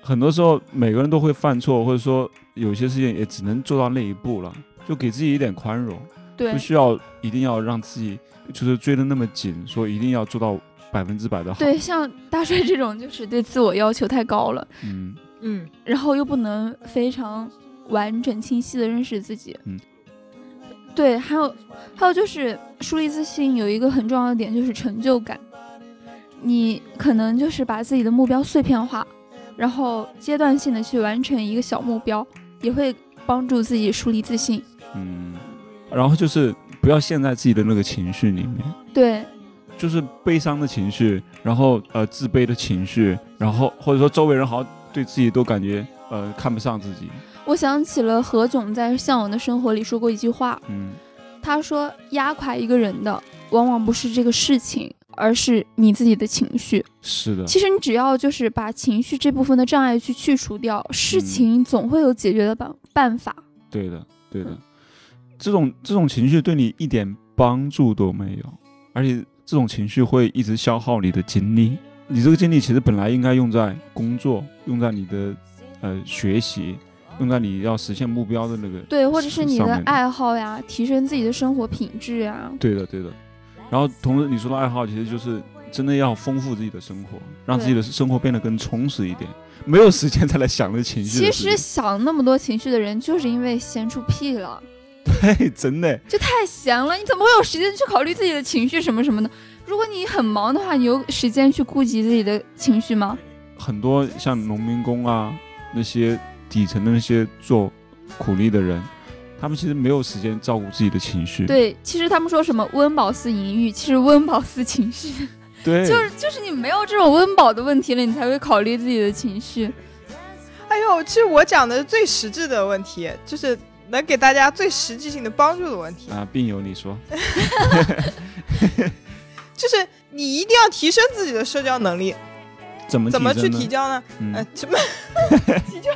S1: 很多时候每个人都会犯错，或者说有些事情也只能做到那一步了，就给自己一点宽容，
S2: 对
S1: 不需要一定要让自己就是追得那么紧，说一定要做到百分之百的好。
S2: 对，像大帅这种就是对自我要求太高了，
S1: 嗯
S3: 嗯，
S2: 然后又不能非常完整清晰的认识自己。
S1: 嗯，
S2: 对，还有还有就是树立自信有一个很重要的点就是成就感，你可能就是把自己的目标碎片化，然后阶段性的去完成一个小目标，也会帮助自己树立自信。
S1: 嗯，然后就是不要陷在自己的那个情绪里面，
S2: 对，
S1: 就是悲伤的情绪，然后呃自卑的情绪，然后或者说周围人好像对自己都感觉呃看不上自己。
S2: 我想起了何炅在《向往的生活》里说过一句话，
S1: 嗯，
S2: 他说压垮一个人的往往不是这个事情，而是你自己的情绪。
S1: 是的，
S2: 其实你只要就是把情绪这部分的障碍去去除掉，事情总会有解决的办办法。
S1: 对的，对
S2: 嗯
S1: 的。这种这种情绪对你一点帮助都没有，而且这种情绪会一直消耗你的精力。你这个精力其实本来应该用在工作，用在你的呃学习，用在你要实现目标的那个。
S2: 对，或者是你的
S1: 上面
S2: 爱好呀，提升自己的生活品质呀。
S1: 对的，对的。然后同时你说的爱好，其实就是真的要丰富自己的生活，让自己的生活变得更充实一点。没有时间再来想那情绪
S2: 其
S1: 的事情。
S2: 实想那么多情绪的人，就是因为闲出屁了，
S1: 嘿，真的，
S2: 就太闲了，你怎么会有时间去考虑自己的情绪什么什么的？如果你很忙的话，你有时间去顾及自己的情绪吗？
S1: 很多像农民工啊，那些底层的那些做苦力的人，他们其实没有时间照顾自己的情绪。
S2: 对，其实他们说什么温饱思淫欲，其实温饱思情绪。
S1: 对，
S2: 就是就是你没有这种温饱的问题了，你才会考虑自己的情绪。
S3: 哎呦，其实我讲的是最实质的问题，就是能给大家最实际性的帮助的问题，
S1: 啊，病友你说，
S3: 就是你一定要提升自己的社交能力。
S1: 怎么
S3: 怎么去
S1: 提
S3: 提
S1: 升呢？
S3: 交呢？呃
S1: 嗯，，
S3: 什么 提交？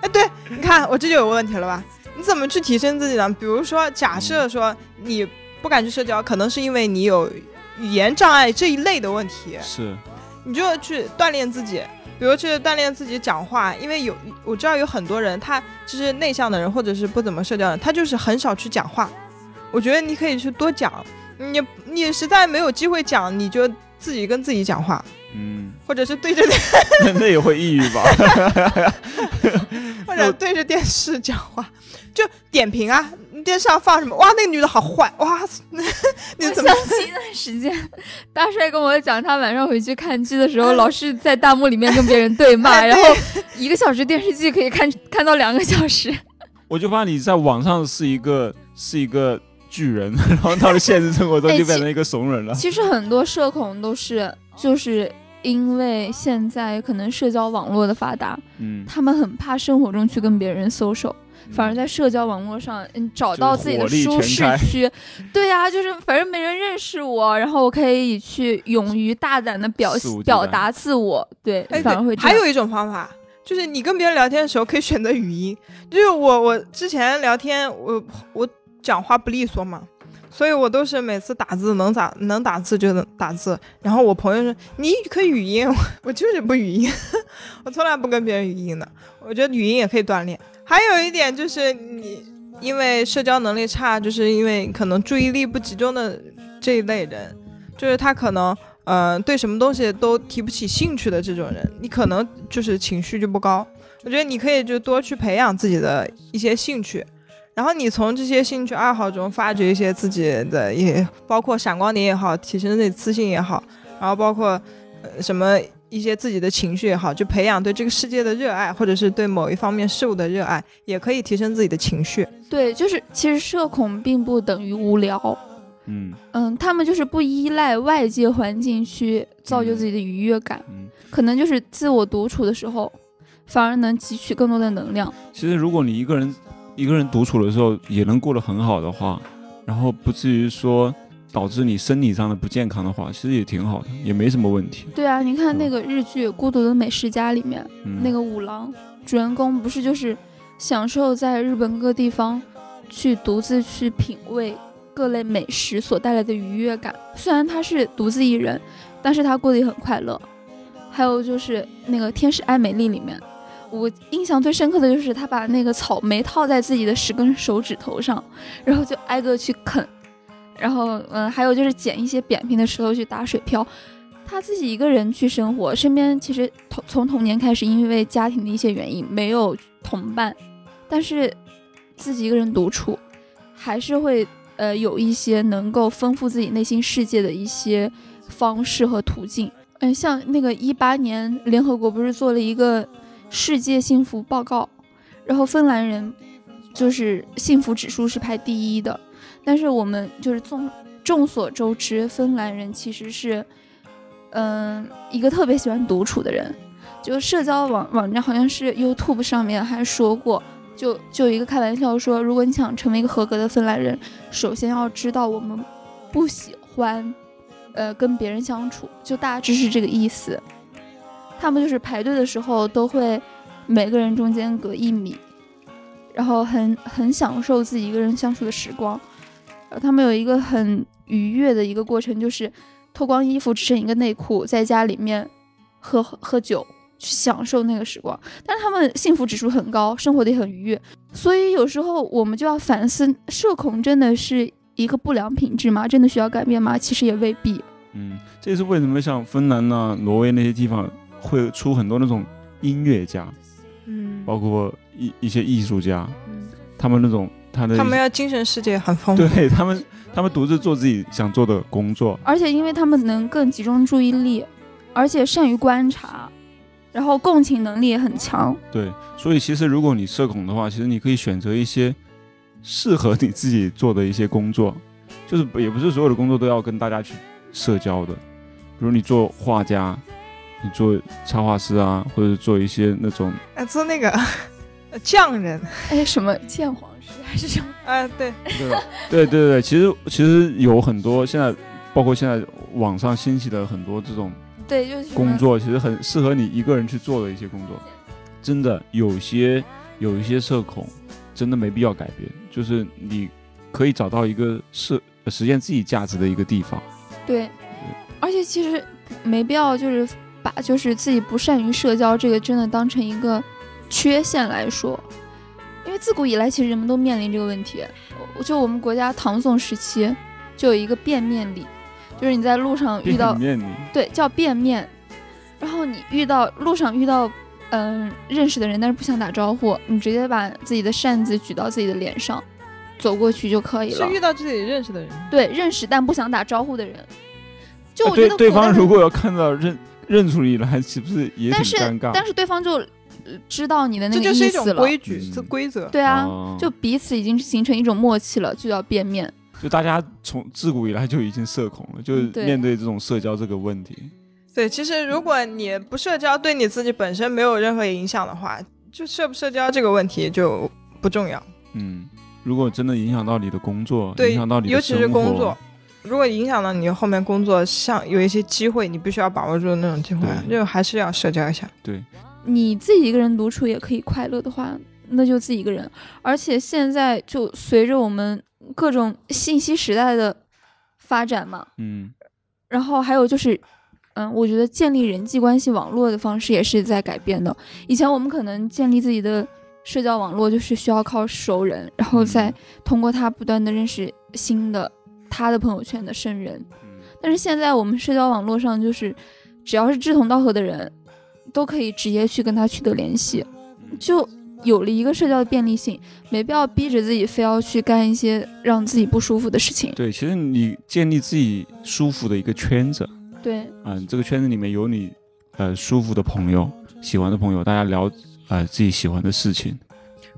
S3: 哎，对，你看我这就有问题了吧？你怎么去提升自己呢？比如说，假设说你不敢去社交，可能是因为你有语言障碍这一类的问题，
S1: 是
S3: 你就去锻炼自己，比如去锻炼自己讲话，因为有我知道有很多人，他就是内向的人，或者是不怎么社交的人，他就是很少去讲话。我觉得你可以去多讲，你你实在没有机会讲，你就自己跟自己讲话，
S1: 嗯，
S3: 或者是对着电，
S1: 那 那也会抑郁吧？
S3: 或者对着电视讲话，就点评啊，你电视上放什么？哇，那个女的好坏，哇， 你
S2: 我
S3: 怎么
S2: 想？起一段时间，大帅跟我讲，他晚上回去看剧的时候，老是在弹幕里面跟别人对 骂，然后一个小时电视剧可以看看到两个小时。
S1: 我就怕你在网上是一个是一个巨人， 然后到了现实生活中就
S2: 哎其
S1: 变成一个怂人了。
S2: 其实很多社恐都是就是因为现在可能社交网络的发达，
S1: 嗯，
S2: 他们很怕生活中去跟别人 social。反而在社交网络上，嗯，找到自己的
S1: 就是火
S2: 舒
S1: 力
S2: 适
S1: 全开
S2: 区。对呀、就是反正没人认识我，然后我可以去勇于大胆的表
S1: 肆无忌惮
S2: 表达自我，对，
S3: 哎
S2: 反而会
S3: 对还有一种方法，就是你跟别人聊天的时候可以选择语音。就是我我之前聊天，我我讲话不利索嘛，所以我都是每次打字能打能打字就能打字。然后我朋友说你可以语音，我 我就是不语音，我从来不跟别人语音的。我觉得语音也可以锻炼。还有一点就是你。因为社交能力差，就是因为可能注意力不集中的这一类人，就是他可能呃，对什么东西都提不起兴趣的这种人，你可能就是情绪就不高。我觉得你可以就多去培养自己的一些兴趣，然后你从这些兴趣爱好中发掘一些自己的也包括闪光点也好，提升自己自信也好，然后包括、呃、什么一些自己的情绪也好，就培养对这个世界的热爱，或者是对某一方面事物的热爱，也可以提升自己的情绪。
S2: 对，就是其实社恐并不等于无聊，
S1: 嗯
S2: 嗯，他们就是不依赖外界环境去造就
S1: 嗯
S2: 自己的愉悦感，
S1: 嗯，
S2: 可能就是自我独处的时候，反而能汲取更多的能量。
S1: 其实如果你一个人一个人独处的时候也能过得很好的话，然后不至于说导致你身体上的不健康的话，其实也挺好的，也没什么问题。
S2: 对啊，你看那
S1: 嗯
S2: 个日剧《孤独的美食家》里面，
S1: 嗯，
S2: 那个五郎主人公不是就是享受在日本各个地方去独自去品味各类美食所带来的愉悦感。虽然他是独自一人，但是他过得也很快乐。还有就是那个《天使爱美丽》里面，我印象最深刻的就是他把那个草莓套在自己的十根手指头上，然后就挨个去啃。然后，嗯，还有就是捡一些扁平的石头去打水漂，他自己一个人去生活，身边其实童从童年开始，因为家庭的一些原因没有同伴，但是自己一个人独处，还是会呃有一些能够丰富自己内心世界的一些方式和途径。嗯，像那个一八年联合国不是做了一个世界幸福报告，然后芬兰人就是幸福指数是排第一的，但是我们就是众众所周知，芬兰人其实是。嗯，一个特别喜欢独处的人，就社交网网站好像是 YouTube 上面还说过，就就有一个开玩笑说，如果你想成为一个合格的芬兰人，首先要知道我们不喜欢，呃，跟别人相处，就大致是这个意思。他们就是排队的时候都会每个人中间隔一米，然后很很享受自己一个人相处的时光。然后他们有一个很愉悦的一个过程，就是脱光衣服只剩一个内裤，在家里面喝喝酒，去享受那个时光。但是他们幸福指数很高，生活的也很愉悦，所以有时候我们就要反思，社恐真的是一个不良品质吗？真的需要改变吗？其实也未必。
S1: 嗯，这也是为什么像芬兰呐、挪威那些地方会出很多那种音乐家，
S3: 嗯，
S1: 包括一一些艺术家，
S3: 嗯
S1: 他们那种他的
S3: 他们要精神世界很丰富，
S1: 对他们他们独自做自己想做的工作，
S2: 而且因为他们能更集中注意力，而且善于观察，然后共情能力也很强。
S1: 对，所以其实如果你社恐的话，其实你可以选择一些适合你自己做的一些工作，就是不也不是所有的工作都要跟大家去社交的，比如你做画家，你做插画师啊，或者做一些那种
S3: 哎，做那个 匠人，
S2: 哎，什么鉴黄师还是什么？
S3: 哎，对，
S1: 对吧？对对对，其实其实有很多现在，包括现在网上兴起的很多这种
S2: 对，就是什么
S1: 工。作，其实很适合你一个人去做的一些工作。真的有些有一些社恐，真的没必要改变，就是你可以找到一个是实现自己价值的一个地方。
S2: 对，
S1: 嗯
S2: 而且其实没必要就是把就是自己不善于社交这个真的当成一个缺陷来说，因为自古以来其实人们都面临这个问题。我就我们国家唐宋时期就有一个变面礼，就是你在路上遇到
S1: 变面你，
S2: 对，叫变面。然后你遇到路上遇到，嗯、认识的人，但是不想打招呼，你直接把自己的扇子举到自己的脸上，走过去就可以
S3: 是
S2: 了。
S3: 遇到自己认识的人，
S2: 对，认识但不想打招呼的人，就
S1: 啊
S2: 我觉
S1: 对
S2: 得
S1: 对
S2: 古代
S1: 方
S2: 人
S1: 如果要看到认认出你来，岂不是也挺
S2: 但是
S1: 尴尬？
S2: 但是对方就呃知道你的那
S3: 这
S2: 个
S3: 就是
S2: 意
S3: 一种
S2: 思了，
S3: 规矩，
S1: 嗯
S3: 这规则。
S2: 对啊，
S1: 哦
S2: 就彼此已经形成一种默契了，就叫变面。
S1: 就大家从自古以来就已经社恐了，就是
S2: 嗯对
S1: 面对这种社交这个问题。
S3: 对，其实如果你不社交，对你自己本身没有任何影响的话，就社不社交这个问题就不重要。
S1: 嗯，如果真的影响到你的工作，
S3: 对，
S1: 影响到你的
S3: 尤其是
S1: 生活
S3: 工作，，如果影响到你后面工作，像有一些机会，你必须要把握住那种机会，
S1: 对
S3: 就还是要社交一下。
S1: 对，
S2: 你自己一个人独处也可以快乐的话，那就自己一个人。而且现在就随着我们各种信息时代的发展嘛，
S1: 嗯，
S2: 然后还有就是，嗯，我觉得建立人际关系网络的方式也是在改变的。以前我们可能建立自己的社交网络就是需要靠熟人，然后再
S1: 嗯
S2: 通过他不断的认识新的他的朋友圈的圣人。
S1: 嗯
S2: 但是现在我们社交网络上就是，只要是志同道合的人，都可以直接去跟他取得联系，
S1: 嗯
S2: 就有了一个社交的便利性，没必要逼着自己非要去干一些让自己不舒服的事情。
S1: 对，其实你建立自己舒服的一个圈子，
S2: 对，
S1: 嗯、这个圈子里面有你呃舒服的朋友、喜欢的朋友，大家聊呃自己喜欢的事情。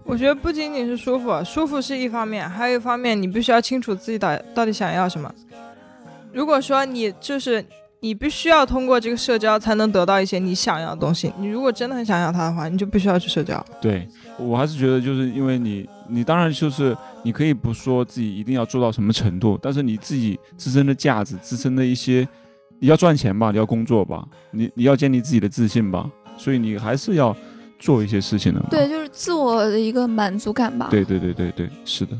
S3: 我觉得不仅仅是舒服，啊舒服是一方面，还有一方面你必须要清楚自己到到底想要什么。如果说你就是你必须要通过这个社交才能得到一些你想要的东西，你如果真的很想要它的话，你就必须要去社交。
S1: 对我还是觉得，就是因为你，你当然就是你可以不说自己一定要做到什么程度，但是你自己自身的价值、自身的一些，你要赚钱吧，你要工作吧，你你要建立自己的自信吧，所以你还是要做一些事情的嘛。
S2: 对，就是自我的一个满足感吧。
S1: 对对对对对，是的。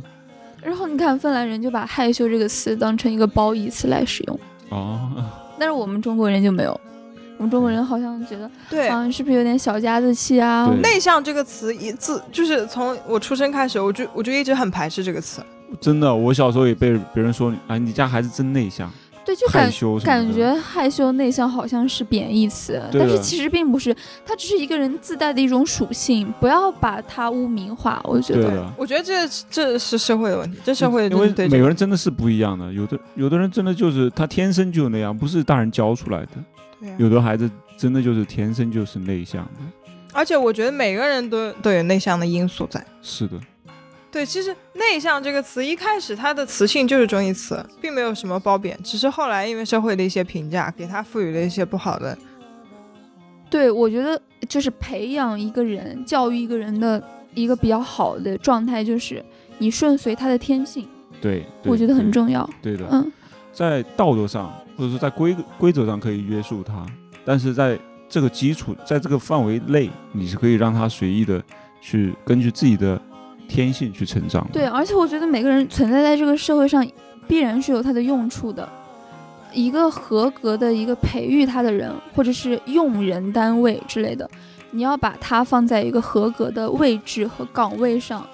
S2: 然后你看，芬兰人就把害羞这个词当成一个褒义词来使用，
S1: 哦，
S2: 但是我们中国人就没有。我们中国人好像觉得，
S3: 对，
S2: 嗯、是不是有点小家子气啊？
S1: 对
S3: 内向这个词一自就是从我出生开始，我就我就一直很排斥这个词。
S1: 真的，我小时候也被别人说，哎，你家孩子真内向，
S2: 对，就
S1: 害
S2: 感
S1: 羞什么的
S2: 感觉害羞内向好像是贬义词，
S1: 对啊
S2: 但
S1: 的
S2: 是其实并不是，它只是一个人自带的一种属性，不要把它污名化。我觉
S1: 对
S2: 得，
S1: 的。
S3: 我觉得这这是社会的问题，这社会
S1: 因
S3: 真
S1: 为
S3: 的对
S1: 每
S3: 这
S1: 个
S3: 个
S1: 人真的是不一样的，有的有的人真的就是他天生就那样，不是大人教出来的。
S2: 嗯
S3: 对啊
S1: 有的孩子真的就是天生就是内向的。
S3: 而且我觉得每个人都都有内向的因素在。
S1: 是的，
S3: 对，其实“内向”这个词一开始它的词性就是中义词，并没有什么褒贬，只是后来因为社会的一些评价，给它赋予了一些不好的。
S2: 对我觉得就是培养一个人、教育一个人的一个比较好的状态，就是你顺随他的天性，
S1: 对，对
S2: 我觉得很
S1: 对
S2: 重要。
S1: 对的，
S2: 嗯，
S1: 在道德上或者说在规规则上可以约束他，但是在这个基础，在这个范围内，你是可以让他随意的去根据自己的天性去成长的。
S2: 对，啊而且我觉得每个人存在在这个社会上，必然是有他的用处的。一个合格的一个培育他的人，或者是用人单位之类的，你要把他放在一个合格的位置和岗位上，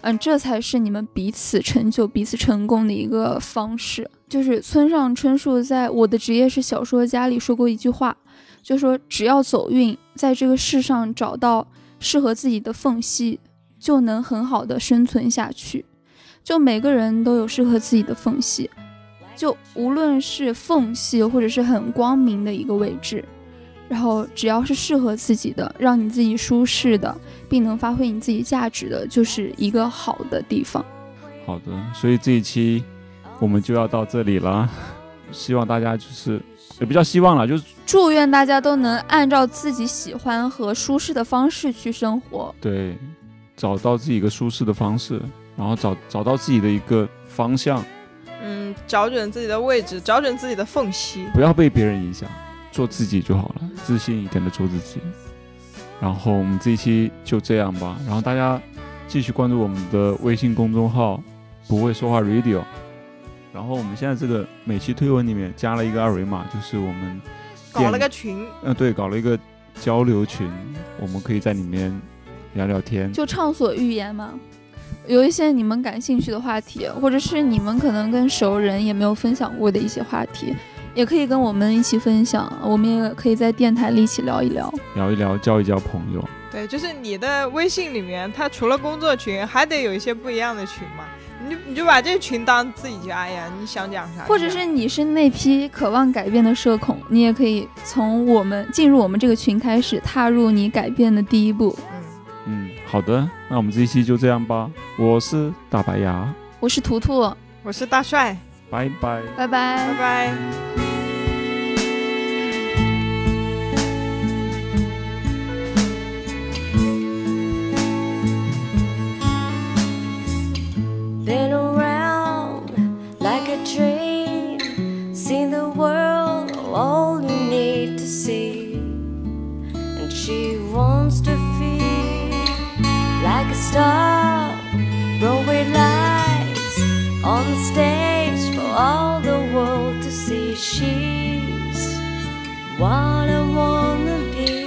S2: 嗯，这才是你们彼此成就、彼此成功的一个方式。就是村上春树在《我的职业是小说家》里说过一句话，就说只要走运，在这个世上找到适合自己的缝隙，就能很好的生存下去。就每个人都有适合自己的缝隙，就无论是缝隙或者是很光明的一个位置，然后只要是适合自己的，让你自己舒适的，并能发挥你自己价值的，就是一个好的地方。
S1: 好的，所以这一期我们就要到这里了，希望大家就是也不叫希望了，就是
S2: 祝愿大家都能按照自己喜欢和舒适的方式去生活。
S1: 对，找到自己一个舒适的方式，然后找找到自己的一个方向，
S3: 嗯，找准自己的位置，找准自己的缝隙。
S1: 不要被别人影响，做自己就好了，自信一点的做自己。然后我们这一期就这样吧，然后大家继续关注我们的微信公众号“不会说话 Radio”。然后我们现在这个每期推文里面加了一个二维码，就是我们
S3: 搞了个群，
S1: 嗯、对，搞了一个交流群，我们可以在里面聊聊天。
S2: 就畅所欲言嘛。有一些你们感兴趣的话题，或者是你们可能跟熟人也没有分享过的一些话题，也可以跟我们一起分享，我们也可以在电台里一起聊一聊。
S1: 聊一聊，交一交朋友。
S3: 对，就是你的微信里面，它除了工作群，还得有一些不一样的群嘛。你就你就把这群当自己家呀，你想讲啥就讲？
S2: 或者是你是那批渴望改变的社恐，你也可以从我们进入我们这个群开始，踏入你改变的第一步。
S3: 嗯，
S1: 嗯，好的，那我们这一期就这样吧。我是大白牙，
S2: 我是图图，
S3: 我是大帅，
S1: 拜拜。
S2: 拜拜
S3: 拜拜。
S4: Been around like a dream, seen the world all you need to see, and she wants to feel like a star. Broadway lights on the stage for all the world to see. She's what I wanna be.